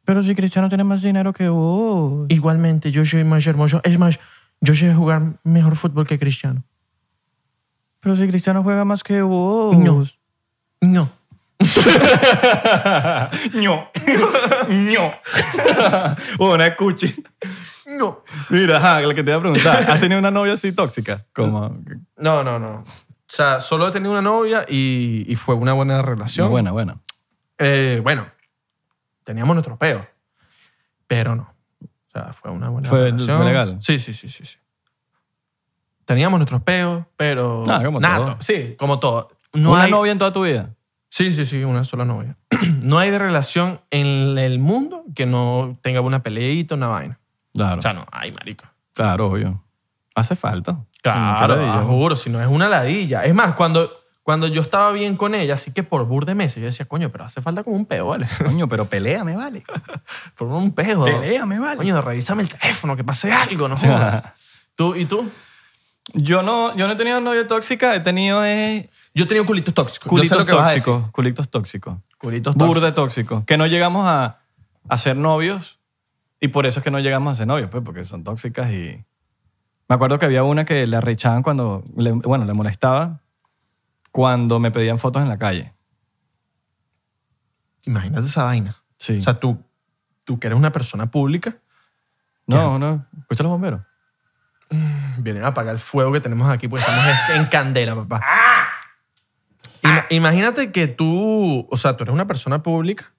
[SPEAKER 1] Pero si Cristiano tiene más dinero que vos.
[SPEAKER 2] Igualmente, yo soy más hermoso. Es más, yo sé jugar mejor fútbol que Cristiano.
[SPEAKER 1] Pero si Cristiano juega más que vos.
[SPEAKER 2] No. No.
[SPEAKER 1] ño. ño. Una cuchi.
[SPEAKER 2] No.
[SPEAKER 1] Mira, ajá, lo que te iba a preguntar. ¿Has tenido una novia así tóxica? Como...
[SPEAKER 2] No, no, no. O sea, solo he tenido una novia y, y fue una buena relación.
[SPEAKER 3] No, buena, buena.
[SPEAKER 2] Eh, bueno, teníamos nuestro peo, pero no. O sea, fue una buena
[SPEAKER 1] Fue-
[SPEAKER 2] relación.
[SPEAKER 1] fue legal.
[SPEAKER 2] Sí, sí, sí, sí, sí. Teníamos nuestros peos, pero...
[SPEAKER 1] Ah, como
[SPEAKER 2] nada,
[SPEAKER 1] todo.
[SPEAKER 2] Sí, como todo. No
[SPEAKER 1] ¿Una
[SPEAKER 2] hay...
[SPEAKER 1] novia en toda tu vida?
[SPEAKER 2] Sí, sí, sí, una sola novia. no hay de relación en el mundo que no tenga una peleita, una vaina.
[SPEAKER 3] Claro.
[SPEAKER 2] O sea, no, ay, marico.
[SPEAKER 3] Claro, obvio. Hace falta.
[SPEAKER 2] Claro,
[SPEAKER 1] qué
[SPEAKER 2] ah,
[SPEAKER 1] ladilla.
[SPEAKER 2] juro, si no es una ladilla. Es más, cuando, cuando yo estaba bien con ella, así que por bur de meses, yo decía, coño, pero hace falta como un peo, ¿vale?
[SPEAKER 3] Coño, pero pelea, me vale.
[SPEAKER 2] por un peo.
[SPEAKER 3] Pelea, me vale.
[SPEAKER 2] Coño, revísame el teléfono, que pase algo, no jodas. ¿Tú y tú?
[SPEAKER 1] Yo no, yo no he tenido novia tóxica, he tenido eh,
[SPEAKER 2] Yo tenía culitos tóxicos. Yo sé
[SPEAKER 1] culitos
[SPEAKER 2] lo que vas a
[SPEAKER 1] tóxicos, culitos tóxicos,
[SPEAKER 2] decir. Culitos tóxicos.
[SPEAKER 1] burde tóxicos, que no llegamos a, a ser novios y por eso es que no llegamos a ser novios, pues porque son tóxicas y Me acuerdo que había una que le arrechaban cuando, le- bueno, le molestaba cuando me pedían fotos en la calle.
[SPEAKER 2] Imagínate esa vaina.
[SPEAKER 1] Sí.
[SPEAKER 2] O sea, tú, tú que eres una persona pública,
[SPEAKER 1] No, no, escucha a los bomberos.
[SPEAKER 2] vienen a apagar el fuego que tenemos aquí porque estamos en candela, papá.
[SPEAKER 1] Ah.
[SPEAKER 2] Ima- imagínate que tú, o sea, tú eres una persona pública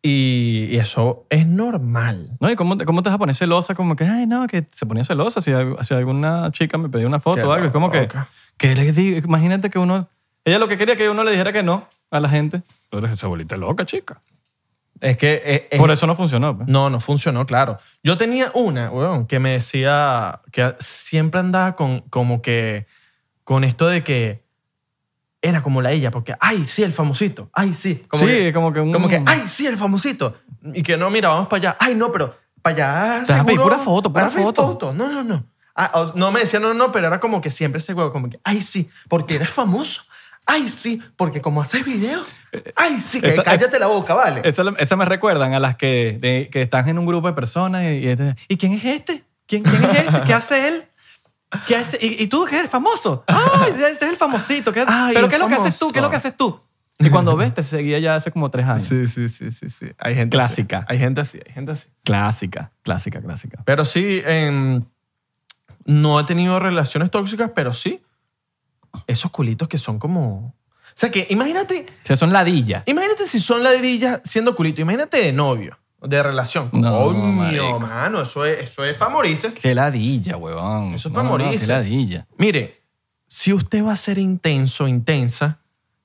[SPEAKER 2] y, y eso es normal.
[SPEAKER 1] No, ¿y cómo, te- cómo te vas a poner celosa? Como que, ay, no, que se ponía celosa si, al- si alguna chica me pedía una
[SPEAKER 2] Qué
[SPEAKER 1] foto o algo. Es como que,
[SPEAKER 2] loca.
[SPEAKER 1] que le diga- imagínate que uno... Ella lo que quería que uno le dijera que no a la gente. Tú eres esa bolita loca, chica.
[SPEAKER 2] Es que es- es-
[SPEAKER 1] Por eso no funcionó. pues.
[SPEAKER 2] No, no funcionó, claro. Yo tenía una, weón, que me decía que siempre andaba con como que con esto de que era como la ella, porque ay, sí, el famosito. Ay, sí. Como
[SPEAKER 1] Sí,
[SPEAKER 2] que,
[SPEAKER 1] como que un-
[SPEAKER 2] como que ay, sí, el famosito. Y que no, mira, vamos para allá. Ay, no, pero para allá
[SPEAKER 1] Te vas a pedir
[SPEAKER 2] seguro-
[SPEAKER 1] pura foto, pura
[SPEAKER 2] vas a pedir
[SPEAKER 1] foto.
[SPEAKER 2] No, no, no. Ah, o- no me decía no, no, no, pero era como que siempre ese huevo, como que ay, sí, porque eres famoso. Ay, sí, porque como haces videos. Ay, sí, que
[SPEAKER 1] Esa-
[SPEAKER 2] cállate la boca, vale.
[SPEAKER 1] Esa, esa me recuerdan a las que, de- que están en un grupo de personas y, y este, ¿y quién es este? ¿Quién, quién es este? ¿Qué hace él? ¿Qué hace? ¿Y, y tú que eres famoso? ¡Ay, este es el famosito! ¿Qué hace-
[SPEAKER 2] Ay,
[SPEAKER 1] ¿Pero
[SPEAKER 2] el
[SPEAKER 1] qué es lo que haces tú? ¿Qué es lo que haces tú? Y cuando ves, te seguía ya hace como tres años.
[SPEAKER 2] Sí, sí, sí, sí, sí. Hay gente así.
[SPEAKER 1] Clásica.
[SPEAKER 2] Hay gente así, hay gente así.
[SPEAKER 1] Clásica, clásica, clásica.
[SPEAKER 2] Pero sí, em, no he tenido relaciones tóxicas, pero sí esos culitos que son como... O sea que imagínate,
[SPEAKER 1] O sea, son ladillas.
[SPEAKER 2] imagínate si son ladillas siendo culito. Imagínate de novio, de relación.
[SPEAKER 1] No,
[SPEAKER 2] Coño,
[SPEAKER 1] marico.
[SPEAKER 2] mano, eso es, eso es para morirse.
[SPEAKER 3] Qué ladilla, huevón.
[SPEAKER 2] Eso es
[SPEAKER 1] No,
[SPEAKER 2] para
[SPEAKER 1] no,
[SPEAKER 2] morirse.
[SPEAKER 1] qué ladilla.
[SPEAKER 2] Mire, si usted va a ser intenso, intensa,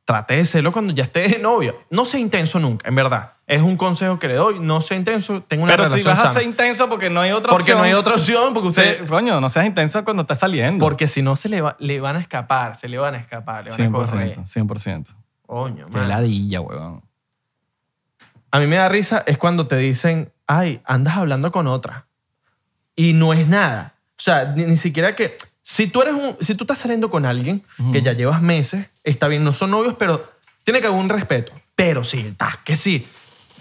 [SPEAKER 2] trate de serlo cuando ya esté de novio. No sea intenso nunca, en verdad. Es un consejo que le doy. No sea intenso, tengo una
[SPEAKER 1] Pero si
[SPEAKER 2] relación
[SPEAKER 1] vas a
[SPEAKER 2] sana.
[SPEAKER 1] ser intenso porque no hay otra
[SPEAKER 2] Porque
[SPEAKER 1] opción.
[SPEAKER 2] no hay otra opción, porque usted...
[SPEAKER 1] Sí, coño, no seas intenso cuando estás saliendo.
[SPEAKER 2] Porque si no, se le, va- le van a escapar, se le van a escapar, le van a correr.
[SPEAKER 1] 100%, 100%.
[SPEAKER 2] Coño,
[SPEAKER 3] Qué
[SPEAKER 2] man.
[SPEAKER 3] ladilla, huevón.
[SPEAKER 2] A mí me da risa es cuando te dicen, ay, andas hablando con otra. Y no es nada. O sea, ni, ni siquiera que... Si tú, eres un, si tú estás saliendo con alguien que ya llevas meses, está bien, no son novios, pero tiene que haber un respeto. Pero sí, estás que sí.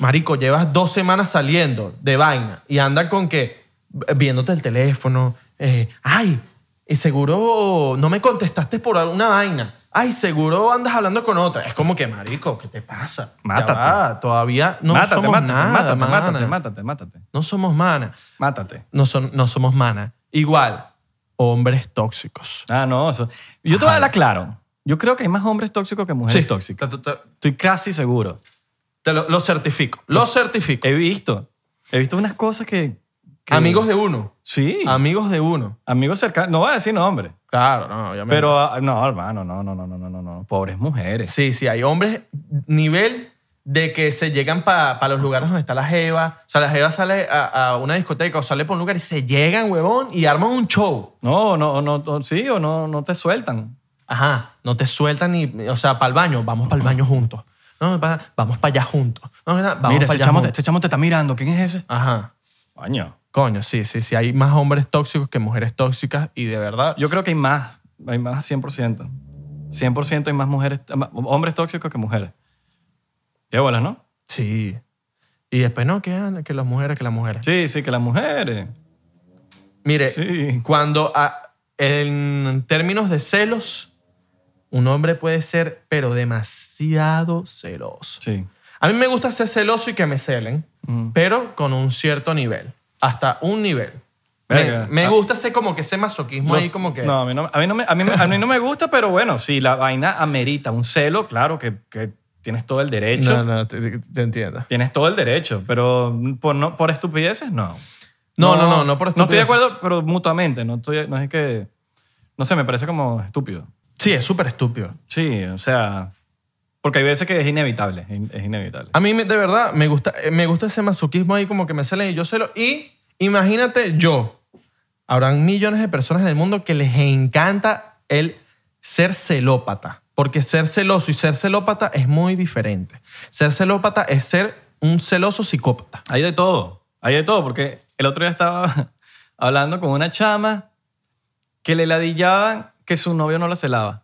[SPEAKER 2] Marico, llevas dos semanas saliendo de vaina y anda con que eh, viéndote el teléfono. eh, ay, y seguro no me contestaste por alguna vaina. Ay, seguro andas hablando con otra. Es como que, marico, ¿qué te pasa? Ya
[SPEAKER 1] Mátate.
[SPEAKER 2] va, todavía no
[SPEAKER 1] mátate,
[SPEAKER 2] somos
[SPEAKER 1] mátate,
[SPEAKER 2] nada,
[SPEAKER 1] mátate,
[SPEAKER 2] mana.
[SPEAKER 1] mátate, mátate, mátate,
[SPEAKER 2] No somos mana.
[SPEAKER 1] mátate.
[SPEAKER 2] No, son, no somos mana. Igual, hombres tóxicos.
[SPEAKER 1] Ah, no, eso. Yo te voy a dar claro. Yo creo que hay más hombres tóxicos que mujeres
[SPEAKER 2] Sí.
[SPEAKER 1] tóxicas.
[SPEAKER 2] Te, te-
[SPEAKER 1] Estoy casi seguro.
[SPEAKER 2] te lo, lo certifico. Lo certifico.
[SPEAKER 1] He visto. He visto unas cosas que. que-
[SPEAKER 2] Amigos de uno.
[SPEAKER 1] Sí.
[SPEAKER 2] Amigos de uno.
[SPEAKER 1] amigos cercanos. No voy a decir nombre.
[SPEAKER 2] Claro, no, ya me-
[SPEAKER 1] Pero, ah, no, hermano, no, no, no, no, no, no, no. Pobres mujeres.
[SPEAKER 2] Sí, sí, hay hombres nivel de que se llegan para los lugares donde está la jeva. O sea, la jeva sale a, a una discoteca o sale por un lugar y se llegan, huevón, y arman un show.
[SPEAKER 1] No, no, no, no, sí, o no, no te sueltan.
[SPEAKER 2] Ajá, no te sueltan ni... O sea, para el baño, vamos para el baño juntos. No, pa- vamos para allá juntos. No, no, vamos
[SPEAKER 1] Mira,
[SPEAKER 2] para
[SPEAKER 1] ese
[SPEAKER 2] allá
[SPEAKER 1] chamo, te,
[SPEAKER 2] juntos.
[SPEAKER 1] ese chamo te está mirando. ¿Quién es ese?
[SPEAKER 2] Ajá.
[SPEAKER 1] Coño.
[SPEAKER 2] Coño, sí, sí, sí. Hay más hombres tóxicos que mujeres tóxicas y de verdad...
[SPEAKER 1] Yo creo que hay más. Hay más 100%. 100% hay más mujeres, más hombres tóxicos que mujeres. Qué bolas, ¿no?
[SPEAKER 2] Sí. Y después, no, que, ah, que las mujeres, que las mujeres.
[SPEAKER 1] Sí, sí, que las mujeres.
[SPEAKER 2] Mire,
[SPEAKER 1] Sí.
[SPEAKER 2] cuando a- en términos de celos, un hombre puede ser, pero demasiado celoso.
[SPEAKER 1] Sí. Mm.
[SPEAKER 2] A mí me gusta ser celoso y que me celen, pero con un cierto nivel, hasta un nivel. Me,
[SPEAKER 1] Verga.
[SPEAKER 2] me
[SPEAKER 1] Ah.
[SPEAKER 2] gusta ser como que ese masoquismo ahí,
[SPEAKER 1] Los-
[SPEAKER 2] como que...
[SPEAKER 1] No, a mí no, a mí no me, a mí me- a mí no me gusta, pero bueno, si la vaina amerita un celo, claro que, que tienes todo el derecho.
[SPEAKER 2] no, no, te, te entiendo.
[SPEAKER 1] Tienes todo el derecho, pero por, no, por estupideces, no.
[SPEAKER 2] No, no, no, no por
[SPEAKER 1] No estoy de
[SPEAKER 2] estupideces.
[SPEAKER 1] acuerdo, pero mutuamente. No, estoy, no es que... No sé, me parece como estúpido.
[SPEAKER 2] Sí, es súper estúpido.
[SPEAKER 1] Sí, o sea... Porque hay veces que es inevitable, es in- es inevitable.
[SPEAKER 2] A mí, me- de verdad, me gusta, eh, me gusta ese masoquismo ahí, como que me salen y yo celo. Y imagínate yo. Habrán millones de personas en el mundo que les encanta el ser celópata. Porque ser celoso y ser celópata es muy diferente. Ser celópata es ser un celoso psicópata.
[SPEAKER 1] Hay de todo, hay de todo, porque el otro día estaba hablando con una chama que le ladillaban que su novio no la celaba.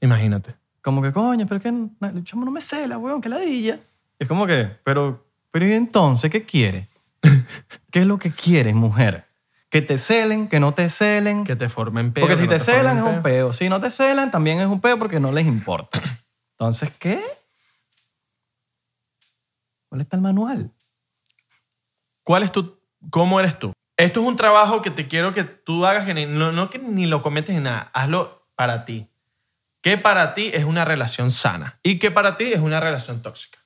[SPEAKER 2] Imagínate.
[SPEAKER 1] Como que, coño, pero que no- el chamo no me cela, weón, que ladilla. Es como que, pero, pero ¿y entonces qué quiere? ¿Qué es lo que quieres, mujer? Que te celen, que no te celen.
[SPEAKER 2] Que te formen peo.
[SPEAKER 1] porque
[SPEAKER 2] que
[SPEAKER 1] si
[SPEAKER 2] no
[SPEAKER 1] te celan es
[SPEAKER 2] formen
[SPEAKER 1] un peo. Si no te celan también es un peo porque no les importa. Entonces, ¿qué? ¿Cuál está el manual?
[SPEAKER 2] ¿Cuál es tu, cómo eres tú? Esto es un trabajo que te quiero que tú hagas, en, no, no que ni lo cometes ni nada, hazlo para ti. ¿Qué para ti es una relación sana? ¿Y qué para ti es una relación tóxica?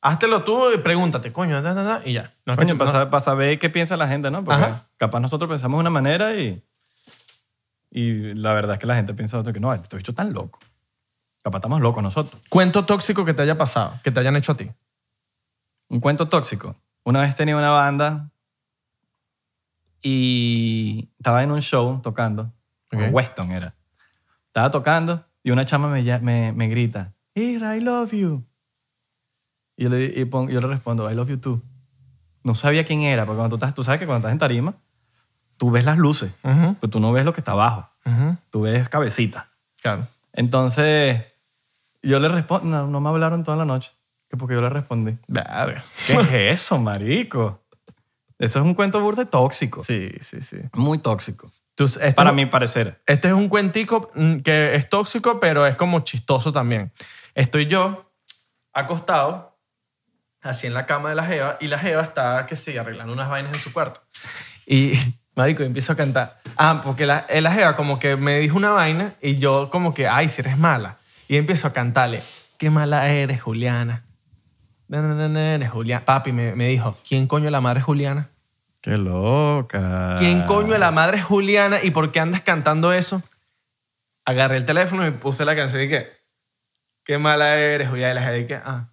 [SPEAKER 2] Háztelo tú y pregúntate, coño, da, da, da, y ya. No es que
[SPEAKER 1] Coño,
[SPEAKER 2] tú-
[SPEAKER 1] para,
[SPEAKER 2] no-
[SPEAKER 1] saber, para saber qué piensa la gente, ¿no? Porque
[SPEAKER 2] Ajá.
[SPEAKER 1] capaz nosotros pensamos de una manera y, y la verdad es que la gente piensa de otro que no, estoy hecho tan loco. Capaz estamos locos nosotros.
[SPEAKER 2] Cuento tóxico que te haya pasado, que te hayan hecho a ti.
[SPEAKER 1] Un cuento tóxico. Una vez tenía una banda y estaba en un show tocando.
[SPEAKER 2] Ok.
[SPEAKER 1] Weston era. Estaba tocando y una chama me, lla- me, me grita, Ira, I love you. Y yo, le, y pon- yo le respondo, I love you too. No sabía quién era, porque cuando tú, estás, tú sabes que cuando estás en tarima, tú ves las luces,
[SPEAKER 2] Ujú,
[SPEAKER 1] pero tú no ves lo que está abajo.
[SPEAKER 2] ujú,
[SPEAKER 1] Tú ves cabecita.
[SPEAKER 2] Claro.
[SPEAKER 1] Entonces, yo le respondo, no, no me hablaron toda la noche, que porque yo le respondí.
[SPEAKER 2] Verga.
[SPEAKER 1] ¿Qué es eso, marico? Eso es un cuento burde tóxico.
[SPEAKER 2] Sí, sí, sí.
[SPEAKER 1] Muy tóxico.
[SPEAKER 2] Tú- esto-
[SPEAKER 1] Para mi parecer.
[SPEAKER 2] Este es un cuentico mm, que es tóxico, pero es como chistoso también. Estoy yo acostado, así en la cama de la Jeva, y la Jeva está, que sí, arreglando unas vainas en su cuarto. Y, marico, yo empiezo a cantar. Ah, porque la, eh, la Jeva como que me dijo una vaina y yo como que, ay, si eres mala. Y empiezo a cantarle, qué mala eres, Juliana. Na, na, na, na, eres Juliana. Papi me, me dijo, ¿quién coño la madre es Juliana?
[SPEAKER 1] Qué loca.
[SPEAKER 2] ¿Quién coño la madre es Juliana y por qué andas cantando eso? Agarré el teléfono y puse la canción y que, qué mala eres, Juliana. Y la gente que, ah,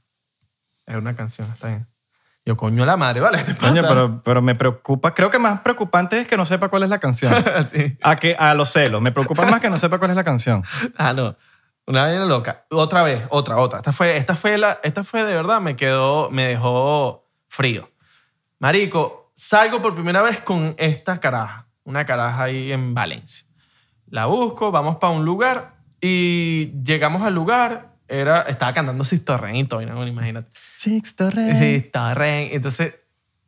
[SPEAKER 2] es una canción, está bien. Yo, coño la madre, vale, te pasa.
[SPEAKER 1] Coño, pero, pero me preocupa. Creo que más preocupante es que no sepa cuál es la canción.
[SPEAKER 2] Sí.
[SPEAKER 1] A, que, a los celos. Me preocupa más que no sepa cuál es la canción.
[SPEAKER 2] Ah, no. Una vaina loca. Otra vez, otra, otra. Esta fue, esta fue, la, esta fue de verdad, me quedó, me dejó frío. Marico, salgo por primera vez con esta caraja. Una caraja ahí en Valencia. La busco, vamos para un lugar y llegamos al lugar. Era, estaba cantando Sisto Ren y todo, ¿no? imagínate.
[SPEAKER 1] Sixto Rey.
[SPEAKER 2] Sí, está re. Entonces,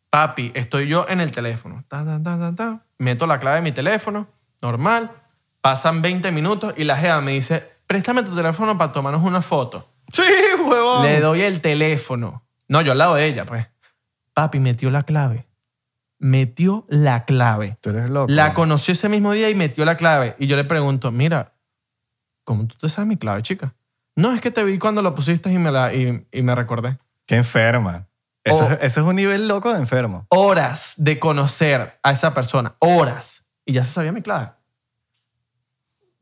[SPEAKER 2] papi, estoy yo en el teléfono. Ta, ta, ta, ta, ta. Meto la clave de mi teléfono, normal. Pasan 20 minutos y la jeva me dice, préstame tu teléfono para tomarnos una foto.
[SPEAKER 1] Sí, huevón.
[SPEAKER 2] Le doy el teléfono. No, yo al lado de ella, pues. Papi metió la clave. Metió la clave.
[SPEAKER 1] Tú eres loco.
[SPEAKER 2] La conoció ese mismo día y metió la clave. Y yo le pregunto, mira, ¿cómo tú te sabes mi clave, chica? No, es que te vi cuando la pusiste y me, la, y- y me recordé.
[SPEAKER 1] Qué enferma. Eso,
[SPEAKER 2] Oh.
[SPEAKER 1] es- eso es un nivel loco de enfermo.
[SPEAKER 2] horas de conocer a esa persona, horas, y ya se sabía mi clave.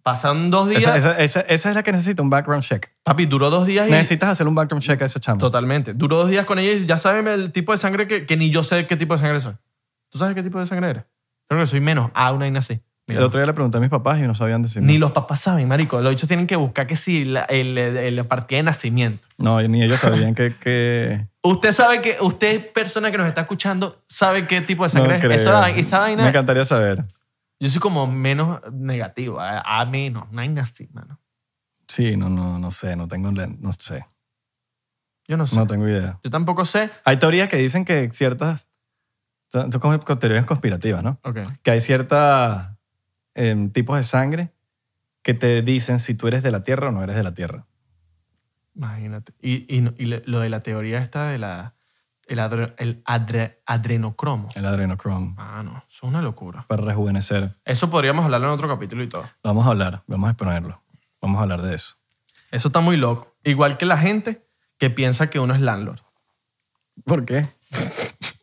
[SPEAKER 2] Pasan dos días,
[SPEAKER 1] Esa, esa- esa- esa es la que necesita un background check.
[SPEAKER 2] papi, duró dos días y...
[SPEAKER 1] Necesitas hacer un background check a esa chamba.
[SPEAKER 2] Totalmente. Duró dos días con ella y ya saben el tipo de sangre que, que ni yo sé qué tipo de sangre soy. ¿Tú sabes qué tipo de sangre eres? Creo que soy menos A, una y así.
[SPEAKER 1] El otro día le pregunté a mis papás y no sabían decirme.
[SPEAKER 2] Ni los papás saben, marico. Los hechos tienen que buscar que si la, el- el- la partida de nacimiento.
[SPEAKER 1] No, ni ellos sabían que... que...
[SPEAKER 2] Usted sabe que, usted, persona que nos está escuchando, sabe qué tipo de
[SPEAKER 1] No
[SPEAKER 2] sangre
[SPEAKER 1] creo.
[SPEAKER 2] es. Esa, vaina- esa vaina
[SPEAKER 1] Me encantaría saber.
[SPEAKER 2] Yo soy como menos negativo, a, a menos, no hay así, mano.
[SPEAKER 1] Sí, no, no, no sé. No tengo... la- No sé.
[SPEAKER 2] Yo no sé.
[SPEAKER 1] No tengo idea.
[SPEAKER 2] Yo tampoco sé.
[SPEAKER 1] Hay teorías que dicen que ciertas. Son son como teorías conspirativas, ¿no?
[SPEAKER 2] Ok.
[SPEAKER 1] Que hay ciertos tipos de sangre que te dicen si tú eres de la tierra o no eres de la tierra.
[SPEAKER 2] Imagínate. Y, y no- y le- lo de la teoría esta de la. El, adre- el adre- adrenocromo.
[SPEAKER 1] El adrenocrom.
[SPEAKER 2] Mano, eso es una locura.
[SPEAKER 1] Para rejuvenecer.
[SPEAKER 2] Eso podríamos hablarlo en otro capítulo y todo.
[SPEAKER 1] Vamos a hablar, vamos a exponerlo. Vamos a hablar de eso.
[SPEAKER 2] Eso está muy loco. Igual que la gente que piensa que uno es landlord.
[SPEAKER 1] ¿Por qué?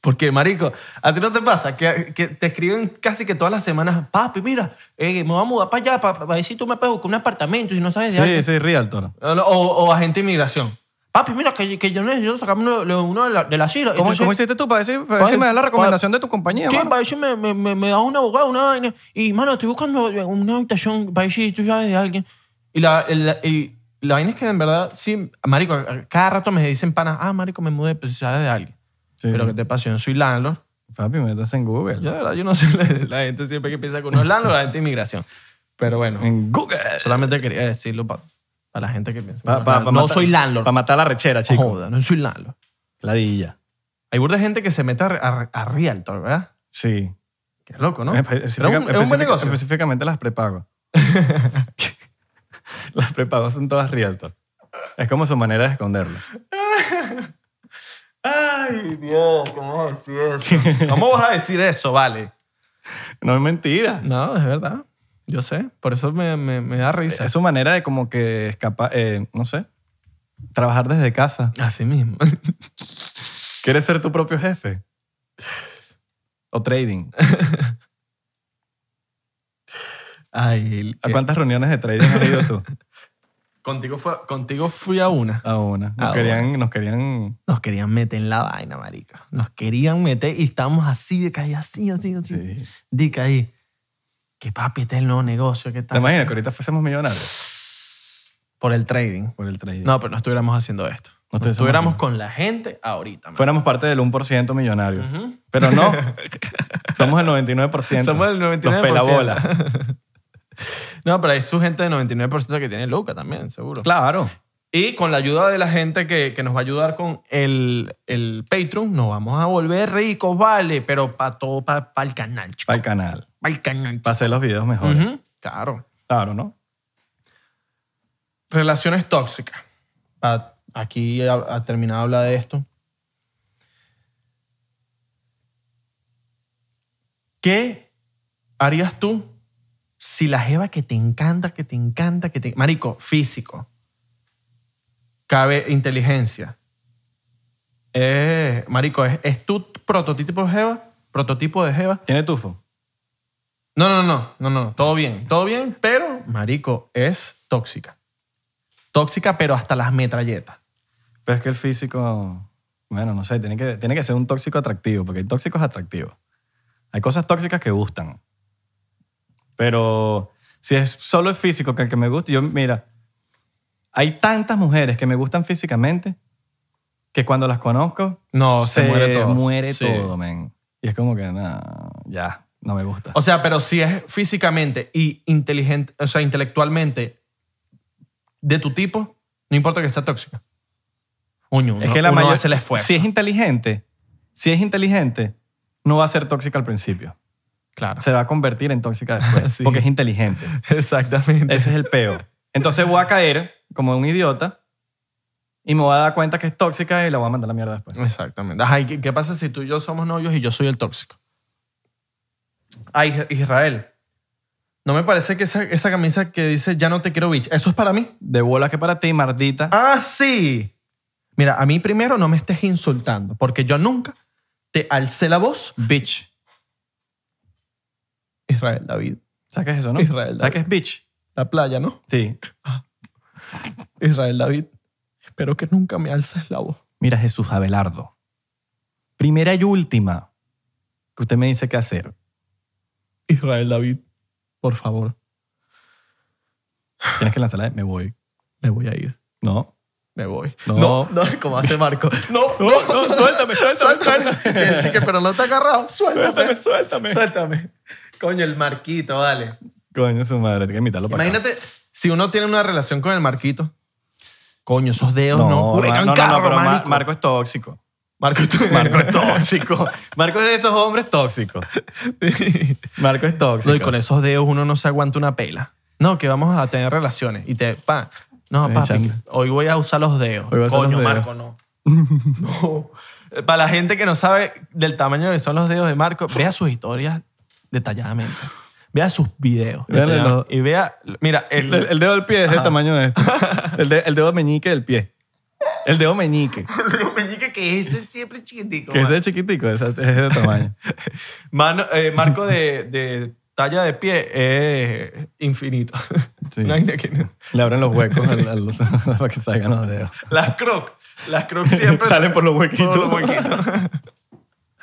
[SPEAKER 2] Porque, marico, a ti no te pasa que, que te escriben casi que todas las semanas, papi, mira, eh, me voy a mudar para allá, para, ver si tú me puedes buscar un apartamento si no sabes de algo".
[SPEAKER 1] Sí, sí, Realtor.
[SPEAKER 2] O, o agente de inmigración. Papi, mira, que, que yo necesito sacarme uno, lo- uno de la, del asilo.
[SPEAKER 1] ¿Cómo,
[SPEAKER 2] Entonces,
[SPEAKER 1] cómo hiciste tú para decir, para decir,
[SPEAKER 2] ¿cuál-
[SPEAKER 1] me das la
[SPEAKER 2] cuál-
[SPEAKER 1] recomendación de tu compañía?
[SPEAKER 2] ¿Qué?
[SPEAKER 1] mano?
[SPEAKER 2] Para ver si me, me, me, me das un abogado, una vaina. Y, mano, estoy buscando una habitación para ver si tú sabes de alguien. Y la, el- y la vaina es que, en verdad, sí, marico, a- a- cada rato me dicen panas, ah, marico, me mudé, pues si sabes de alguien.
[SPEAKER 1] Sí.
[SPEAKER 2] Pero que te pasó, yo no soy landlord.
[SPEAKER 1] Papi, métase en Google.
[SPEAKER 2] Yo, de verdad, yo no sé, la, la gente siempre que piensa que uno es landlord, la gente de inmigración. Pero bueno,
[SPEAKER 1] En Google.
[SPEAKER 2] solamente quería decirlo para la gente que piensa. que
[SPEAKER 1] Pa-
[SPEAKER 2] uno es
[SPEAKER 1] pa-
[SPEAKER 2] landlord.
[SPEAKER 1] pa
[SPEAKER 2] no
[SPEAKER 1] matar-
[SPEAKER 2] soy landlord.
[SPEAKER 1] Para matar la rechera, chico.
[SPEAKER 2] Joda, no soy landlord.
[SPEAKER 1] La dilla.
[SPEAKER 2] Hay burda de gente que se mete a, a, a Realtor, ¿verdad?
[SPEAKER 1] Sí.
[SPEAKER 2] Qué loco, ¿no?
[SPEAKER 1] Espe-
[SPEAKER 2] Es
[SPEAKER 1] específica-
[SPEAKER 2] un, es un buen
[SPEAKER 1] específica-
[SPEAKER 2] negocio.
[SPEAKER 1] Específicamente las prepago. las prepago son todas Realtor. Es como su manera de esconderlo.
[SPEAKER 2] Ay, Dios, ¿cómo vas a decir eso? ¿Cómo vas a decir eso, vale?
[SPEAKER 1] No es mentira.
[SPEAKER 2] No, es verdad. Yo sé. Por eso me, me- me da risa.
[SPEAKER 1] Es su manera de como que escapar, eh, no sé, trabajar desde casa.
[SPEAKER 2] Así mismo.
[SPEAKER 1] ¿Quieres ser tu propio jefe? O trading.
[SPEAKER 2] Ay, el-
[SPEAKER 1] ¿A cuántas reuniones de trading has ido tú?
[SPEAKER 2] Contigo, fue, contigo fui a una.
[SPEAKER 1] A una. Nos
[SPEAKER 2] A
[SPEAKER 1] querían, nos querían.
[SPEAKER 2] Nos querían meter en la vaina, marica. Nos querían meter y estábamos así de calle, así, así, así.
[SPEAKER 1] Sí.
[SPEAKER 2] Dica ahí. Que papi, este es el nuevo negocio, ¿qué
[SPEAKER 1] ¿Te
[SPEAKER 2] tal?
[SPEAKER 1] imaginas que ahorita fuésemos millonarios
[SPEAKER 2] Por el trading.
[SPEAKER 1] por el trading?
[SPEAKER 2] No, pero no estuviéramos haciendo esto.
[SPEAKER 1] No
[SPEAKER 2] No
[SPEAKER 1] estuviésemos
[SPEAKER 2] estuviéramos
[SPEAKER 1] haciendo-
[SPEAKER 2] con la gente ahorita. marica.
[SPEAKER 1] Fuéramos parte del 1% millonario.
[SPEAKER 2] Ujú.
[SPEAKER 1] Pero no. Somos el 99%.
[SPEAKER 2] Somos el 99%.
[SPEAKER 1] Los pelabola.
[SPEAKER 2] No, pero hay su gente de 99% que tiene loca también, seguro.
[SPEAKER 1] Claro.
[SPEAKER 2] Y con la ayuda de la gente que, que nos va a ayudar con el, el Patreon, nos vamos a volver ricos, vale, pero para todo, para el canal, chico.
[SPEAKER 1] Para el canal.
[SPEAKER 2] Para el canal.
[SPEAKER 1] Para hacer los videos mejores.
[SPEAKER 2] Ujú, Claro.
[SPEAKER 1] Claro, ¿no?
[SPEAKER 2] Relaciones tóxicas. Pa- aquí ha, ha terminado habla de esto. ¿Qué harías tú si la jeva que te encanta, que te encanta, que te... Marico, físico. Cabe inteligencia. Eh, marico, ¿es, es tu prototipo de jeva? ¿Prototipo de jeva?
[SPEAKER 1] ¿Tiene tufo?
[SPEAKER 2] No, no, no, no, no, no, todo bien, todo bien, pero, marico, es tóxica. Tóxica, pero hasta las metralletas.
[SPEAKER 1] Pero es que el físico... Bueno, no sé. Tiene que, tiene que ser un tóxico atractivo. Porque el tóxico es atractivo. Hay cosas tóxicas que gustan. Pero si es solo el físico que el que me gusta... Yo, mira... Hay tantas mujeres que me gustan físicamente que cuando las conozco...
[SPEAKER 2] No, se muere todo.
[SPEAKER 1] muere
[SPEAKER 2] Sí.
[SPEAKER 1] todo, men. Y es como que, nada, ya, no me gusta.
[SPEAKER 2] O sea, pero si es físicamente y inteligente, o sea, intelectualmente de tu tipo, no importa que sea tóxica. Uño, uno,
[SPEAKER 1] Es que la mayor,
[SPEAKER 2] hace el esfuerzo.
[SPEAKER 1] Si es inteligente, si es inteligente, no va a ser tóxica al principio.
[SPEAKER 2] claro.
[SPEAKER 1] Se va a convertir en tóxica después,
[SPEAKER 2] Sí.
[SPEAKER 1] porque es inteligente.
[SPEAKER 2] Exactamente.
[SPEAKER 1] Ese es el peo. Entonces voy a caer como un idiota y me voy a dar cuenta que es tóxica y la voy a mandar a la mierda después.
[SPEAKER 2] Exactamente. Ajá, ¿y ¿qué, qué pasa si tú y yo somos novios y yo soy el tóxico? Ay, Israel, no me parece que esa, esa camisa que dice ya no te quiero, bitch, ¿eso es para mí?
[SPEAKER 1] De bolas que para ti, mardita.
[SPEAKER 2] Ah, sí. Mira, a mí primero no me estés insultando, porque yo nunca te alcé la voz,
[SPEAKER 1] Bitch.
[SPEAKER 2] Israel David.
[SPEAKER 1] ¿Sabes qué es eso, no?
[SPEAKER 2] Israel,
[SPEAKER 1] ¿Sabes qué es bitch?
[SPEAKER 2] La playa, ¿no?
[SPEAKER 1] Sí.
[SPEAKER 2] Israel David. Pero que nunca me alces la voz.
[SPEAKER 1] Mira, Jesús Abelardo. Primera y última que usted me dice qué hacer.
[SPEAKER 2] Israel David, por favor,
[SPEAKER 1] Tienes que lanzarla de me voy.
[SPEAKER 2] me voy a ir.
[SPEAKER 1] No.
[SPEAKER 2] Me voy.
[SPEAKER 1] No.
[SPEAKER 2] no, como hace Marco. No, no,
[SPEAKER 1] suéltame, suéltame,
[SPEAKER 2] Y el chique, pero no te ha agarrado. Suéltame.
[SPEAKER 1] suéltame.
[SPEAKER 2] Suéltame. Coño, el marquito, vale.
[SPEAKER 1] Coño, su madre, tiene que invitarlo para acá.
[SPEAKER 2] Imagínate si uno tiene una relación con el marquito. Coño, esos dedos no,
[SPEAKER 1] no,
[SPEAKER 2] juegan
[SPEAKER 1] no,
[SPEAKER 2] carro,
[SPEAKER 1] no, pero Mar-
[SPEAKER 2] marico.
[SPEAKER 1] Marco es tóxico.
[SPEAKER 2] Marco, tú-
[SPEAKER 1] Marco es tóxico. Marco es de esos hombres tóxicos. Marco es tóxico.
[SPEAKER 2] No, y con esos dedos uno no se aguanta una pela. No, que vamos a tener relaciones. Y te, pa, no,
[SPEAKER 1] Ven,
[SPEAKER 2] papi,
[SPEAKER 1] chamo.
[SPEAKER 2] hoy voy a usar los dedos.
[SPEAKER 1] Hoy vas a los
[SPEAKER 2] Coño,
[SPEAKER 1] dedos.
[SPEAKER 2] Marco, no. no. Eh, Para la gente que no sabe del tamaño que son los dedos de Marco, vea sus historias detalladamente. Vea sus videos.
[SPEAKER 1] Véale
[SPEAKER 2] detalladamente.
[SPEAKER 1] los-
[SPEAKER 2] Y vea, mira, el,
[SPEAKER 1] el, el dedo del pie es del tamaño de este. El, de- el dedo meñique del pie. El dedo meñique.
[SPEAKER 2] meñique que ese es siempre chiquitico.
[SPEAKER 1] Que ese
[SPEAKER 2] man.
[SPEAKER 1] es chiquitico, ese- ese es de tamaño.
[SPEAKER 2] Mano- eh, Marco de, de talla de pie es infinito.
[SPEAKER 1] Sí.
[SPEAKER 2] No hay de que no.
[SPEAKER 1] Le abren los huecos al- al- para que salgan los dedos.
[SPEAKER 2] Las crocs. Las crocs siempre
[SPEAKER 1] Salen por los huequitos.
[SPEAKER 2] Por los huequitos.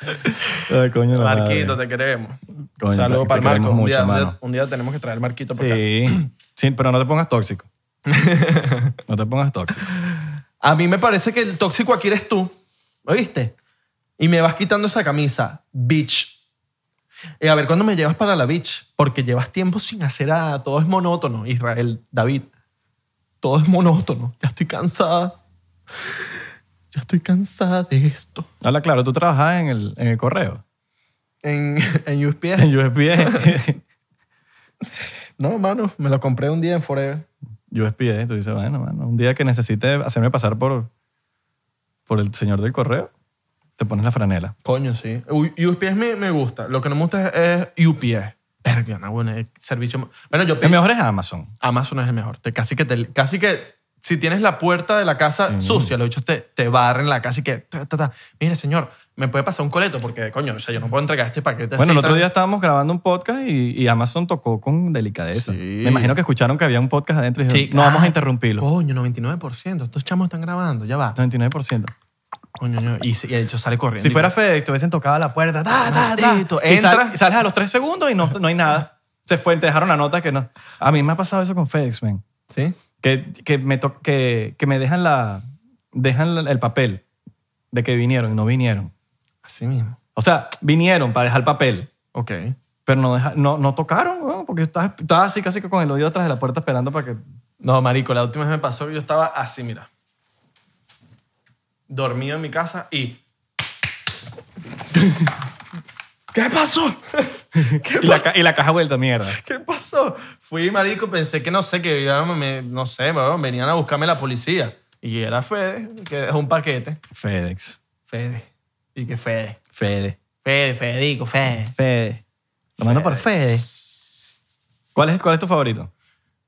[SPEAKER 1] Ay, coño, la madre.
[SPEAKER 2] Marquito, te queremos.
[SPEAKER 1] Coño,
[SPEAKER 2] Saludos
[SPEAKER 1] te-
[SPEAKER 2] para el
[SPEAKER 1] te
[SPEAKER 2] Marco.
[SPEAKER 1] queremos
[SPEAKER 2] Un
[SPEAKER 1] mucho,
[SPEAKER 2] día, un día-
[SPEAKER 1] mano.
[SPEAKER 2] un día tenemos que traer Marquito para acá.
[SPEAKER 1] Sí. sí, pero no te pongas tóxico. No te pongas tóxico.
[SPEAKER 2] A mí me parece que el tóxico aquí eres tú. ¿Oíste? Y me vas quitando esa camisa. Bitch. Eh, a ver, ¿cuándo me llevas para la beach? Porque llevas tiempo sin hacer nada. Todo es monótono, Israel, David. Todo es monótono. Ya estoy cansada. Ya estoy cansada de esto.
[SPEAKER 1] Habla claro, tú trabajabas en el, en el correo.
[SPEAKER 5] en, en USPS.
[SPEAKER 1] En USPS.
[SPEAKER 5] No, mano, me lo compré un día en Forever.
[SPEAKER 1] USPS. Tú dices, bueno, mano, un día que necesite hacerme pasar por, por el señor del correo, te pones la franela.
[SPEAKER 2] Coño, sí. U- UPS me, me gusta. Lo que no me gusta es, es UPS. Verga, no, bueno, el servicio. ma- Bueno, yo
[SPEAKER 1] El
[SPEAKER 2] pienso.
[SPEAKER 1] mejor es Amazon.
[SPEAKER 2] Amazon es el mejor. Te, casi, que te- casi que si tienes la puerta de la casa sucia, los bichos te, te barren la casa y que. ta, ta, ta. Mire, señor, me puede pasar un coleto porque, coño, o sea, yo no puedo entregar este paquete.
[SPEAKER 1] Bueno,
[SPEAKER 2] así,
[SPEAKER 1] el otro
[SPEAKER 2] tal.
[SPEAKER 1] día estábamos grabando un podcast y, y Amazon tocó con delicadeza.
[SPEAKER 2] Sí.
[SPEAKER 1] Me imagino que escucharon que había un podcast adentro y dijeron,
[SPEAKER 2] Sí.
[SPEAKER 1] no vamos
[SPEAKER 2] Ah,
[SPEAKER 1] a interrumpirlo.
[SPEAKER 2] Coño, 99%. Estos chamos están grabando, ya va.
[SPEAKER 1] 99%.
[SPEAKER 2] Coño, coño, y, se- y el bicho sale corriendo.
[SPEAKER 1] Si
[SPEAKER 2] Y- "Ah,
[SPEAKER 1] fuera FedEx, te hubiesen tocado la puerta. Da, da, da.
[SPEAKER 2] Maldito,
[SPEAKER 1] Y sal-
[SPEAKER 2] entra.
[SPEAKER 1] y sales a los tres segundos y no, no hay nada. Se fue, te dejaron la nota que no. A mí me ha pasado eso con FedEx, man.
[SPEAKER 2] Sí.
[SPEAKER 1] Que, que, me, to- que, que me dejan, la, dejan la- el papel de que vinieron y no vinieron.
[SPEAKER 2] Así mismo.
[SPEAKER 1] O sea, vinieron para dejar papel,
[SPEAKER 2] Ok.
[SPEAKER 1] pero no, deja- no, no tocaron, weón, porque yo estaba, estaba así casi que con el oído atrás de la puerta esperando para que...
[SPEAKER 2] No, marico, la última vez me pasó que yo estaba así, mira. Dormido en mi casa y... ¿Qué pasó? ¿Qué
[SPEAKER 1] Y la,
[SPEAKER 2] pasó?
[SPEAKER 1] ca- y la caja vuelta, mierda.
[SPEAKER 2] ¿Qué pasó? Fui, marico, pensé que no sé, que ya me- no sé, weón, venían a buscarme la policía. Y era Fede, que dejó un paquete.
[SPEAKER 1] FedEx.
[SPEAKER 2] Fede. Y que Fede.
[SPEAKER 1] Fede.
[SPEAKER 2] Fede, Federico, Fede.
[SPEAKER 1] Fede. Lo mando por Fede. ¿Cuál es, ¿Cuál es tu favorito?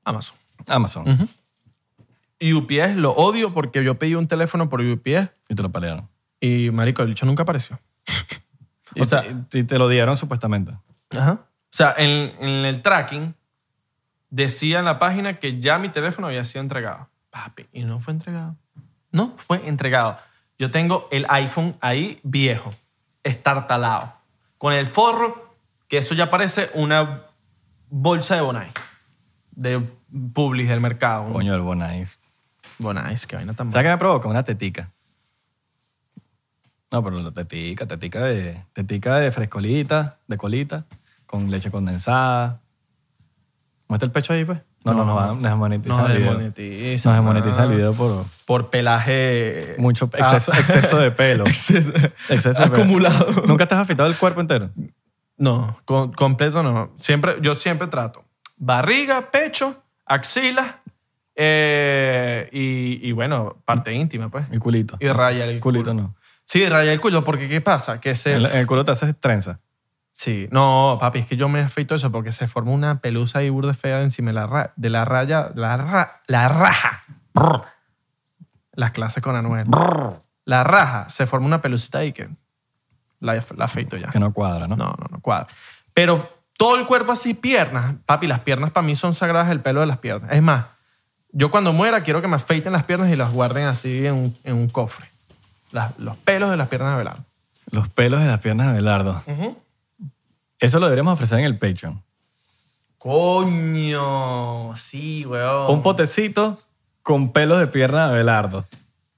[SPEAKER 2] Amazon.
[SPEAKER 1] Amazon.
[SPEAKER 2] Y UPS lo odio porque yo pedí un teléfono por UPS
[SPEAKER 1] Y te lo palearon.
[SPEAKER 2] y, marico, el bicho nunca apareció.
[SPEAKER 1] Y,
[SPEAKER 2] O sea-
[SPEAKER 1] te, y te lo dieron supuestamente.
[SPEAKER 2] Ajá. O sea, en, en el tracking decía en la página que ya mi teléfono había sido entregado. Papi, y no fue entregado. No fue entregado. Yo tengo el iPhone ahí viejo, estartalado, con el forro, que eso ya parece una bolsa de Bonai, de Publis del mercado.
[SPEAKER 1] Coño, el Bonais.
[SPEAKER 2] Bonais, qué vaina tan buena.
[SPEAKER 1] ¿Sabes qué me provoca? Una tetica. No, pero la tetica, tetica de, tetica de frescolita, de colita, con leche condensada. Muestra el pecho ahí, pues. No, no, no, va- nos monetiza
[SPEAKER 2] Nos
[SPEAKER 1] el video.
[SPEAKER 2] desmonetiza,
[SPEAKER 1] Nos desmonetiza el
[SPEAKER 2] no.
[SPEAKER 1] video por
[SPEAKER 2] Por pelaje...
[SPEAKER 1] mucho
[SPEAKER 2] Ah,
[SPEAKER 1] exceso, exceso de pelo.
[SPEAKER 2] exceso-
[SPEAKER 1] Exceso de pelo.
[SPEAKER 2] acumulado.
[SPEAKER 1] ¿Nunca te has afeitado el cuerpo entero?
[SPEAKER 2] No, con- completo no. Siempre, yo siempre trato barriga, pecho, axilas eh, y, y bueno, parte íntima, pues.
[SPEAKER 1] Mi culito.
[SPEAKER 2] Y raya el
[SPEAKER 1] culito
[SPEAKER 2] culo.
[SPEAKER 1] no.
[SPEAKER 2] Sí, raya el culo, porque ¿qué pasa? Que se...
[SPEAKER 1] En la- en el culo te haces trenza.
[SPEAKER 2] Sí, no, papi, es que yo me afeito eso porque se formó una pelusa y burde fea encima de la, ra- de la raya, la, ra- la raja. Las clases con Anuel. La raja, se formó una pelucita y que la, la afeito ya.
[SPEAKER 1] Que no cuadra, ¿no?
[SPEAKER 2] No, no, no cuadra. Pero todo el cuerpo así, piernas. Papi, las piernas para mí son sagradas, el pelo de las piernas. Es más, yo cuando muera quiero que me afeiten las piernas y las guarden así en un, en un cofre. Las- los pelos de las piernas de velado.
[SPEAKER 1] Los pelos de las piernas de Belardo. Eso lo deberíamos ofrecer en el Patreon.
[SPEAKER 2] Coño, sí, weón.
[SPEAKER 1] Un potecito con pelos de pierna de Belardo.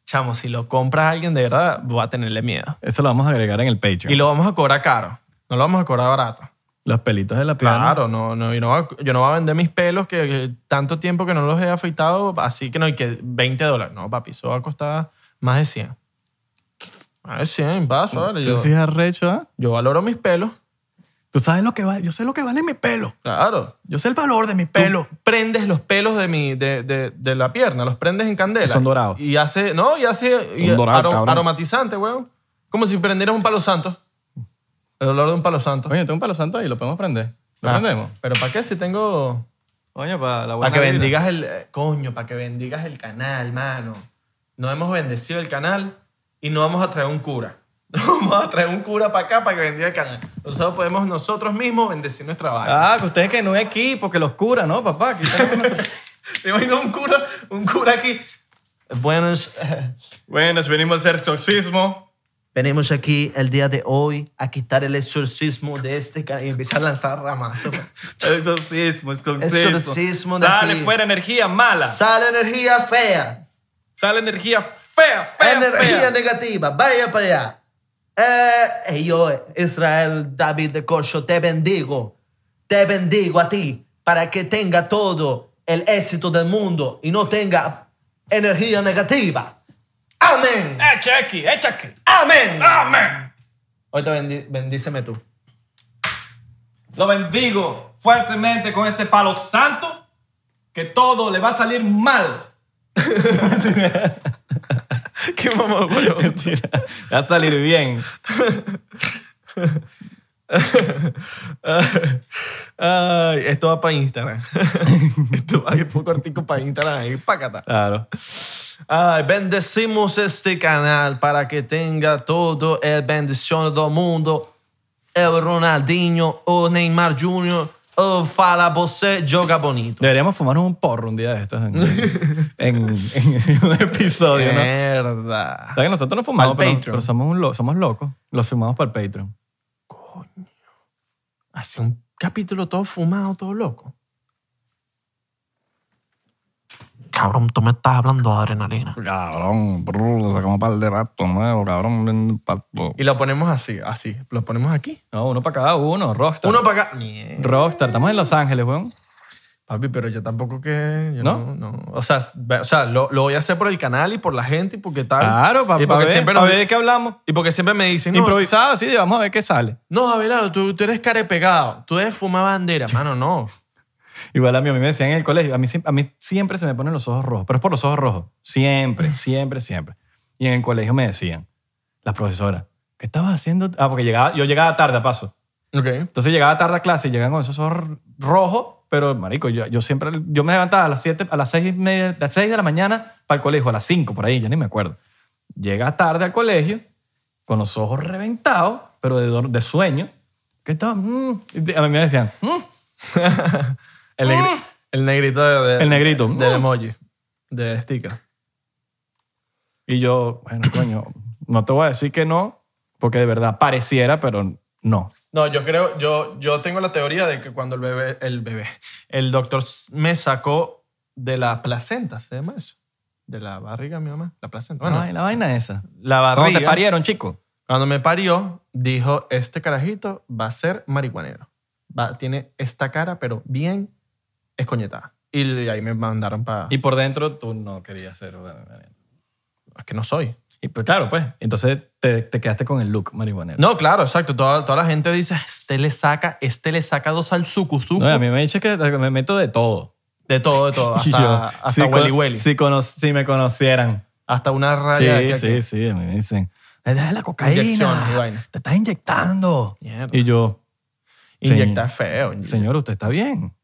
[SPEAKER 2] Chamo, si lo compras a alguien de verdad, va a tenerle miedo.
[SPEAKER 1] Eso lo vamos a agregar en el Patreon.
[SPEAKER 2] Y lo vamos a cobrar caro. No lo vamos a cobrar barato.
[SPEAKER 1] los pelitos de la pierna.
[SPEAKER 2] Claro, no, no, yo, no va- yo no voy a vender mis pelos que, que tanto tiempo que no los he afeitado, así que no, y que 20 dólares. No, papi, eso va a costar más de 100. Más de 100, paso, vale.
[SPEAKER 1] Yo
[SPEAKER 2] Yo,
[SPEAKER 1] sí es arrecho, ¿ah?
[SPEAKER 2] yo valoro mis pelos,
[SPEAKER 1] Tú sabes lo que vale. Yo sé lo que vale mi pelo.
[SPEAKER 2] claro.
[SPEAKER 1] Yo sé el valor de mi
[SPEAKER 2] Tú
[SPEAKER 1] pelo.
[SPEAKER 2] prendes los pelos de, mi, de, de, de la pierna, los prendes en candela.
[SPEAKER 1] Y son dorados.
[SPEAKER 2] Y hace, no, y hace y
[SPEAKER 3] Son dorados,
[SPEAKER 2] aro-
[SPEAKER 3] cabrón.
[SPEAKER 2] aromatizante, weón. Como si prendieras un palo santo. El olor de un palo santo.
[SPEAKER 1] Oye, tengo un palo santo ahí, lo podemos prender. ¿Lo
[SPEAKER 2] Ah,
[SPEAKER 1] prendemos?
[SPEAKER 2] ¿Pero para qué si tengo...?
[SPEAKER 1] Oye, para la
[SPEAKER 2] Para
[SPEAKER 1] buena
[SPEAKER 2] que
[SPEAKER 1] vibra.
[SPEAKER 2] bendigas el. eh, Coño, para que bendigas el canal, mano. No hemos bendecido el canal y no vamos a traer un cura. No vamos a traer un cura para acá para que bendiga el canal. Nosotros podemos nosotros mismos bendecir nuestra vaina.
[SPEAKER 1] Ah, que ustedes que no es aquí porque los cura, ¿no, papá? Aquí tenemos-
[SPEAKER 2] ¿Te imaginas un cura, un cura aquí? Buenos.
[SPEAKER 1] bueno, nos venimos a hacer exorcismo.
[SPEAKER 5] Venimos aquí el día de hoy.
[SPEAKER 2] A quitar el exorcismo de este canal y empezar a lanzar ramas.
[SPEAKER 1] Exorcismo, exorcismo.
[SPEAKER 2] Exorcismo de
[SPEAKER 1] Sale
[SPEAKER 2] aquí.
[SPEAKER 1] fuera energía mala.
[SPEAKER 2] Sale energía fea.
[SPEAKER 1] Sale energía fea, fea,
[SPEAKER 2] Energía
[SPEAKER 1] fea.
[SPEAKER 2] negativa, vaya para allá. Eh, eh, yo, Israel David de Corcho, te bendigo. Te bendigo a ti para que tenga todo el éxito del mundo y no tenga energía negativa. Amén.
[SPEAKER 1] Echa aquí, echa aquí.
[SPEAKER 2] Amén.
[SPEAKER 1] Eh, Amén.
[SPEAKER 2] Ahorita bendíceme tú.
[SPEAKER 1] Lo bendigo fuertemente con este palo santo que todo le va a salir mal.
[SPEAKER 2] Qué mamá, weón.
[SPEAKER 1] Mentira. Va a salir bien.
[SPEAKER 2] Ay, esto va para Instagram. esto va un cortico para Instagram. Y pácata.
[SPEAKER 1] Claro.
[SPEAKER 2] Ay, bendecimos este canal para que tenga todo el bendición del mundo. El Ronaldinho, o Neymar Jr., o Fala Bosé, joga bonito.
[SPEAKER 1] Deberíamos fumarnos un porro un día de estos en, en- en un episodio, ¿no?
[SPEAKER 2] Mierda.
[SPEAKER 1] ¿Sabes que nosotros no fumamos,
[SPEAKER 2] Al
[SPEAKER 1] pero,
[SPEAKER 2] Patreon.
[SPEAKER 1] pero somos, un lo- somos locos. Los fumamos para el Patreon.
[SPEAKER 2] Hace un capítulo todo fumado, todo loco. Cabrón, tú me estás hablando de adrenalina.
[SPEAKER 3] Cabrón, brr, lo sacamos para el de rato nuevo, cabrón. ven, pato.
[SPEAKER 2] Y lo ponemos así, así. Lo ponemos aquí.
[SPEAKER 1] No, uno para cada uno. Rockstar.
[SPEAKER 2] Uno para acá. Mierda.
[SPEAKER 1] Rockstar. Estamos en Los Ángeles, weón.
[SPEAKER 2] Papi, pero yo tampoco que... yo
[SPEAKER 1] ¿No?
[SPEAKER 2] ¿No? no, O sea, ve- o sea lo, lo voy a hacer por el canal y por la gente y porque tal.
[SPEAKER 1] Claro, para
[SPEAKER 2] Y porque
[SPEAKER 1] ver,
[SPEAKER 2] siempre
[SPEAKER 1] pa'
[SPEAKER 2] nos-
[SPEAKER 1] ver de qué hablamos.
[SPEAKER 2] Y porque siempre me dicen... No,
[SPEAKER 1] Improvisado, sí, vamos a ver qué sale.
[SPEAKER 2] no Abelardo, tú, tú eres carepegado. Tú debes fumar bandera. Mano, no.
[SPEAKER 1] Igual a mí, a mí me decían en el colegio, a mí, siem- a mí siempre se me ponen los ojos rojos, pero es por los ojos rojos. Siempre, siempre, siempre. Y en el colegio me decían, las profesoras, ¿qué estabas haciendo? Ah, porque llegaba, yo llegaba tarde a paso.
[SPEAKER 2] Ok.
[SPEAKER 1] Entonces llegaba tarde a clase y llegaban con esos ojos rojos, pero marico, yo, yo siempre, yo me levantaba a las 7, a las 6 y media, a las 6 de la mañana para el colegio, a las 5 por ahí, ya ni me acuerdo. Llega tarde al colegio con los ojos reventados, pero de, dor- de sueño. ¿Qué estaba? mm, y te- A mí me decían, mm,
[SPEAKER 2] El, negri- el negrito de, de-
[SPEAKER 1] El negrito.
[SPEAKER 2] Del
[SPEAKER 1] Mm.
[SPEAKER 2] emoji. De sticker.
[SPEAKER 1] Y yo, bueno, coño, no te voy a decir que no, porque de verdad pareciera, pero no.
[SPEAKER 2] No, yo creo, yo, yo tengo la teoría de que cuando el bebé, el bebé, el doctor s- me sacó de la placenta, ¿se llama eso? De la barriga de mi mamá, la placenta. Bueno,
[SPEAKER 1] la vaina esa.
[SPEAKER 2] la
[SPEAKER 1] ¿Cómo te
[SPEAKER 2] barriga.
[SPEAKER 1] parieron, chico?
[SPEAKER 2] Cuando me parió, dijo, este carajito va a ser marihuanero. Va, tiene esta cara, pero bien escoñetada. Y le- ahí me mandaron para...
[SPEAKER 1] Y por dentro tú no querías ser.
[SPEAKER 2] Es que no soy.
[SPEAKER 1] Y pues claro, pues. Entonces te, te quedaste con el look marihuanero.
[SPEAKER 2] No, claro, exacto. Toda, toda la gente dice, este le saca, este le saca dos al sucu sucu".
[SPEAKER 1] No, a mí me dice que me meto de todo.
[SPEAKER 2] De todo, de todo. Hasta,
[SPEAKER 1] Y yo,
[SPEAKER 2] hasta
[SPEAKER 1] si,
[SPEAKER 2] hueli
[SPEAKER 1] con-
[SPEAKER 2] hueli.
[SPEAKER 1] Si, cono- si me conocieran.
[SPEAKER 2] Hasta una
[SPEAKER 1] Sí,
[SPEAKER 2] raya. de aquí a
[SPEAKER 1] sí,
[SPEAKER 2] aquí.
[SPEAKER 1] sí. A mí me dicen, "Me dejas la
[SPEAKER 2] Inyecciones y
[SPEAKER 1] cocaína.
[SPEAKER 2] vaina.
[SPEAKER 1] Te estás inyectando.
[SPEAKER 2] Mierda.
[SPEAKER 1] Y yo,
[SPEAKER 2] Inyecta feo. inye-
[SPEAKER 1] señor, usted está bien.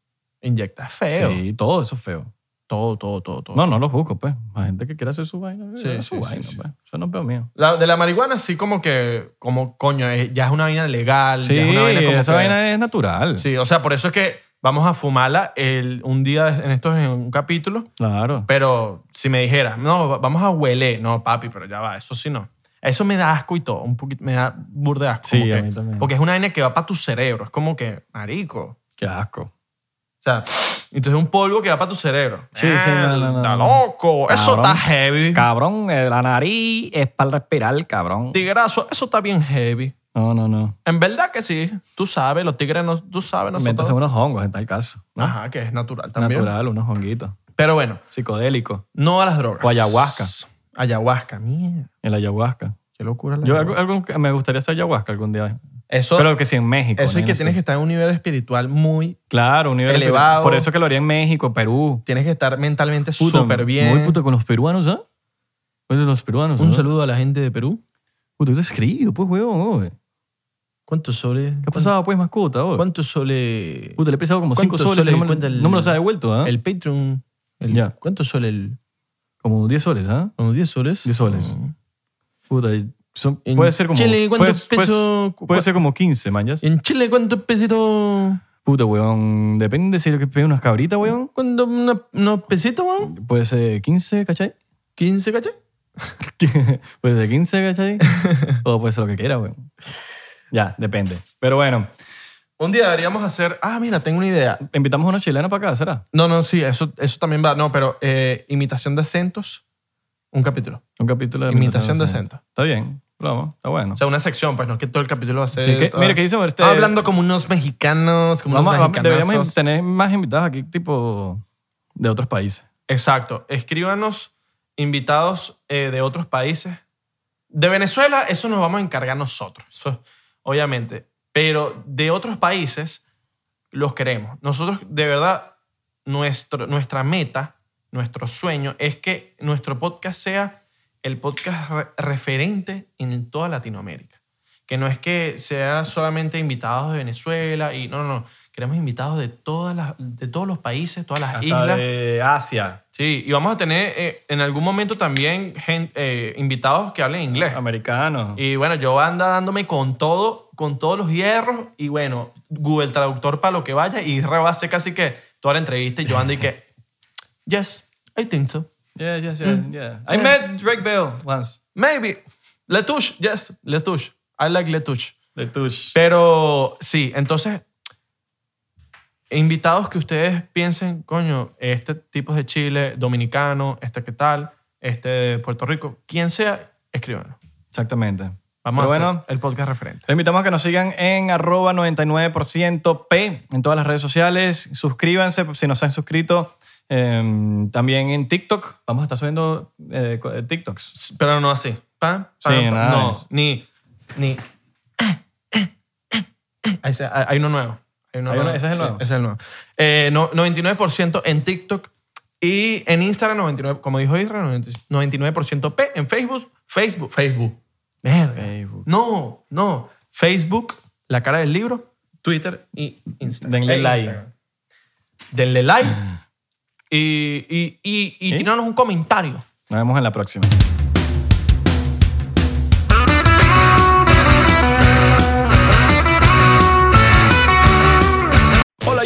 [SPEAKER 2] Inyecta feo.
[SPEAKER 1] Sí, todo eso es feo.
[SPEAKER 2] Todo, todo, todo, todo.
[SPEAKER 1] No, no lo juzgo, pues. La gente que quiera hacer su vaina,
[SPEAKER 2] Sí,
[SPEAKER 1] haga su
[SPEAKER 2] sí, sí,
[SPEAKER 1] vaina,
[SPEAKER 2] sí.
[SPEAKER 1] pues. Eso no es peor mío.
[SPEAKER 2] La- de la marihuana sí como que, como coño, es- ya es una vaina legal.
[SPEAKER 1] Sí,
[SPEAKER 2] ya es una vaina como
[SPEAKER 1] esa
[SPEAKER 2] que-
[SPEAKER 1] vaina es natural.
[SPEAKER 2] Sí, o sea, por eso es que vamos a fumarla el, un día en estos, en un capítulo.
[SPEAKER 1] Claro.
[SPEAKER 2] Pero si me dijeras, no, va- vamos a huele. No, papi, pero ya va, eso sí no. Eso me da asco y todo, un poquito, me da burde asco.
[SPEAKER 1] Sí,
[SPEAKER 2] como
[SPEAKER 1] a
[SPEAKER 2] que-
[SPEAKER 1] mí también.
[SPEAKER 2] Porque es una vaina que va para tu cerebro, es como que, marico.
[SPEAKER 1] Qué asco.
[SPEAKER 2] O sea, entonces un polvo que va para tu cerebro.
[SPEAKER 1] Sí, sí, no, no, no,
[SPEAKER 2] Está
[SPEAKER 1] no.
[SPEAKER 2] loco. Eso
[SPEAKER 1] Cabrón.
[SPEAKER 2] está heavy.
[SPEAKER 1] Cabrón, eh, la nariz es para respirar, cabrón.
[SPEAKER 2] Tigrazo, eso está bien heavy.
[SPEAKER 1] No, no, no.
[SPEAKER 2] En verdad que sí. Tú sabes, los tigres, no, tú sabes,
[SPEAKER 1] Métanse
[SPEAKER 2] nosotros.
[SPEAKER 1] unos hongos en tal caso. ¿no?
[SPEAKER 2] Ajá, que es natural también.
[SPEAKER 1] Natural, unos honguitos.
[SPEAKER 2] Pero bueno,
[SPEAKER 1] Psicodélicos.
[SPEAKER 2] no a las drogas.
[SPEAKER 1] O ayahuasca.
[SPEAKER 2] Ayahuasca, mierda.
[SPEAKER 1] El ayahuasca.
[SPEAKER 2] Qué locura la
[SPEAKER 1] Yo
[SPEAKER 2] ayahuasca.
[SPEAKER 1] algo- algo- me gustaría hacer ayahuasca algún día.
[SPEAKER 2] Eso,
[SPEAKER 1] Pero que sí en México.
[SPEAKER 2] eso es que
[SPEAKER 1] imagínate.
[SPEAKER 2] tienes que estar en un nivel espiritual muy...
[SPEAKER 1] Claro, un nivel
[SPEAKER 2] elevado.
[SPEAKER 1] Por eso que lo haría en México, Perú.
[SPEAKER 2] Tienes que estar mentalmente
[SPEAKER 1] Puta,
[SPEAKER 2] súper bien.
[SPEAKER 1] Muy puto con los peruanos, ¿ah? Pues de los peruanos.
[SPEAKER 2] Un
[SPEAKER 1] ¿ah?
[SPEAKER 2] saludo a la gente de Perú.
[SPEAKER 1] Puta, tú has creído, pues, huevón. oye.
[SPEAKER 2] ¿Cuántos soles?
[SPEAKER 1] ¿Qué ha pasado, pues, mascota? oye?
[SPEAKER 2] ¿Cuántos soles
[SPEAKER 1] Puta, le he pesado como 5
[SPEAKER 2] ¿Cuántos
[SPEAKER 1] soles.
[SPEAKER 2] soles
[SPEAKER 1] y no, me,
[SPEAKER 2] cuenta el-
[SPEAKER 1] no me los ha devuelto, ¿ah?
[SPEAKER 2] el Patreon? El,
[SPEAKER 1] Ya.
[SPEAKER 2] ¿Cuántos soles? El,
[SPEAKER 1] Como 10 soles, ¿ah?
[SPEAKER 2] unos 10 soles. Oh.
[SPEAKER 1] 10 soles. Puta, y son-
[SPEAKER 2] En
[SPEAKER 1] puede ser como.
[SPEAKER 2] Chile, ¿cuánto
[SPEAKER 1] puede- puede-
[SPEAKER 2] peso?
[SPEAKER 1] Puede, ser como 15, manjas.
[SPEAKER 2] ¿En Chile cuántos pesitos?
[SPEAKER 1] Puta, weón. Depende de si lo que pide unas cabritas, weón.
[SPEAKER 2] ¿Cuántos una- unos pesitos, weón?
[SPEAKER 1] Puede ser 15, ¿cachai?
[SPEAKER 2] 15, ¿cachai?
[SPEAKER 1] puede ser 15, ¿cachai? o puede ser lo que quiera, weón. Ya, depende. Pero bueno,
[SPEAKER 2] Un día deberíamos hacer. Ah, mira, tengo una idea.
[SPEAKER 1] invitamos a unos chilenos para acá, ¿será?
[SPEAKER 2] No, no, sí, eso, eso también va. No, pero eh, imitación de acentos, un capítulo.
[SPEAKER 1] Un capítulo de
[SPEAKER 2] Imitación de
[SPEAKER 1] Está bien, lo vamos, está bueno.
[SPEAKER 2] O sea, una sección, pues no es que todo el capítulo va a ser.
[SPEAKER 1] Sí, que-
[SPEAKER 2] todo-
[SPEAKER 1] mira, ¿qué dicen ustedes?
[SPEAKER 2] Hablando como unos mexicanos, como
[SPEAKER 1] Vamos-
[SPEAKER 2] unos
[SPEAKER 1] vamos- deberíamos
[SPEAKER 2] mexicanos.
[SPEAKER 1] tener más invitados aquí, tipo de otros países.
[SPEAKER 2] Exacto. Escríbanos invitados eh, de otros países. De Venezuela, eso nos vamos a encargar nosotros, eso, obviamente. Pero de otros países, los queremos. Nosotros, de verdad, nuestro, nuestra meta, nuestro sueño es que nuestro podcast sea el podcast re- referente en toda Latinoamérica. Que no es que sea solamente invitados de Venezuela y no, no, no. Queremos invitados de, todas las, de todos los países, todas las
[SPEAKER 1] Hasta
[SPEAKER 2] islas.
[SPEAKER 1] de Asia,
[SPEAKER 2] Sí, y vamos a tener eh, en algún momento también gen- eh, invitados que hablen inglés.
[SPEAKER 1] americanos.
[SPEAKER 2] Y bueno, yo anda dándome con todo, con todos los hierros y bueno, Google Traductor para lo que vaya y rebase casi que toda la entrevista y yo ando y que, yes, I think so.
[SPEAKER 1] Yeah, yeah, yeah, yeah. Mm. I met Drake Bell once.
[SPEAKER 2] Maybe. Letouche, yes, Letouche. I like Letouche.
[SPEAKER 1] The Tush.
[SPEAKER 2] Pero sí, entonces, invitados que ustedes piensen, coño, este tipo es de Chile, dominicano, este qué tal, este de Puerto Rico, quien sea, escríbanlo.
[SPEAKER 1] Exactamente. Pero
[SPEAKER 2] Vamos a
[SPEAKER 1] bueno,
[SPEAKER 2] hacer el podcast referente.
[SPEAKER 1] Los invitamos a que nos sigan en arroba 99% P en todas las redes sociales. Suscríbanse si no se han suscrito. Eh, también en TikTok. Vamos a estar subiendo eh, co- eh, TikToks.
[SPEAKER 2] Pero no así. Pam, pam,
[SPEAKER 1] Sí,
[SPEAKER 2] pam.
[SPEAKER 1] nada de
[SPEAKER 2] No,
[SPEAKER 1] eso.
[SPEAKER 2] ni. ni. Ahí se- Hay, hay uno nuevo. Hay uno
[SPEAKER 1] Hay uno-
[SPEAKER 2] nuevo.
[SPEAKER 1] ese es el
[SPEAKER 2] Sí,
[SPEAKER 1] nuevo.
[SPEAKER 2] ese es el nuevo. Eh, no- 99% en TikTok y en Instagram, 99, como dijo Israel, 99% P. En Facebook, Facebook, Facebook. Verga.
[SPEAKER 1] Facebook.
[SPEAKER 2] No, no. Facebook, la cara del libro, Twitter y Instagram.
[SPEAKER 1] Denle
[SPEAKER 2] E
[SPEAKER 1] like. Mm.
[SPEAKER 2] Instagram. Denle like. Y, y, y, y
[SPEAKER 1] ¿Y?
[SPEAKER 2] tíranos un comentario.
[SPEAKER 1] Nos vemos en la próxima.
[SPEAKER 6] Hola,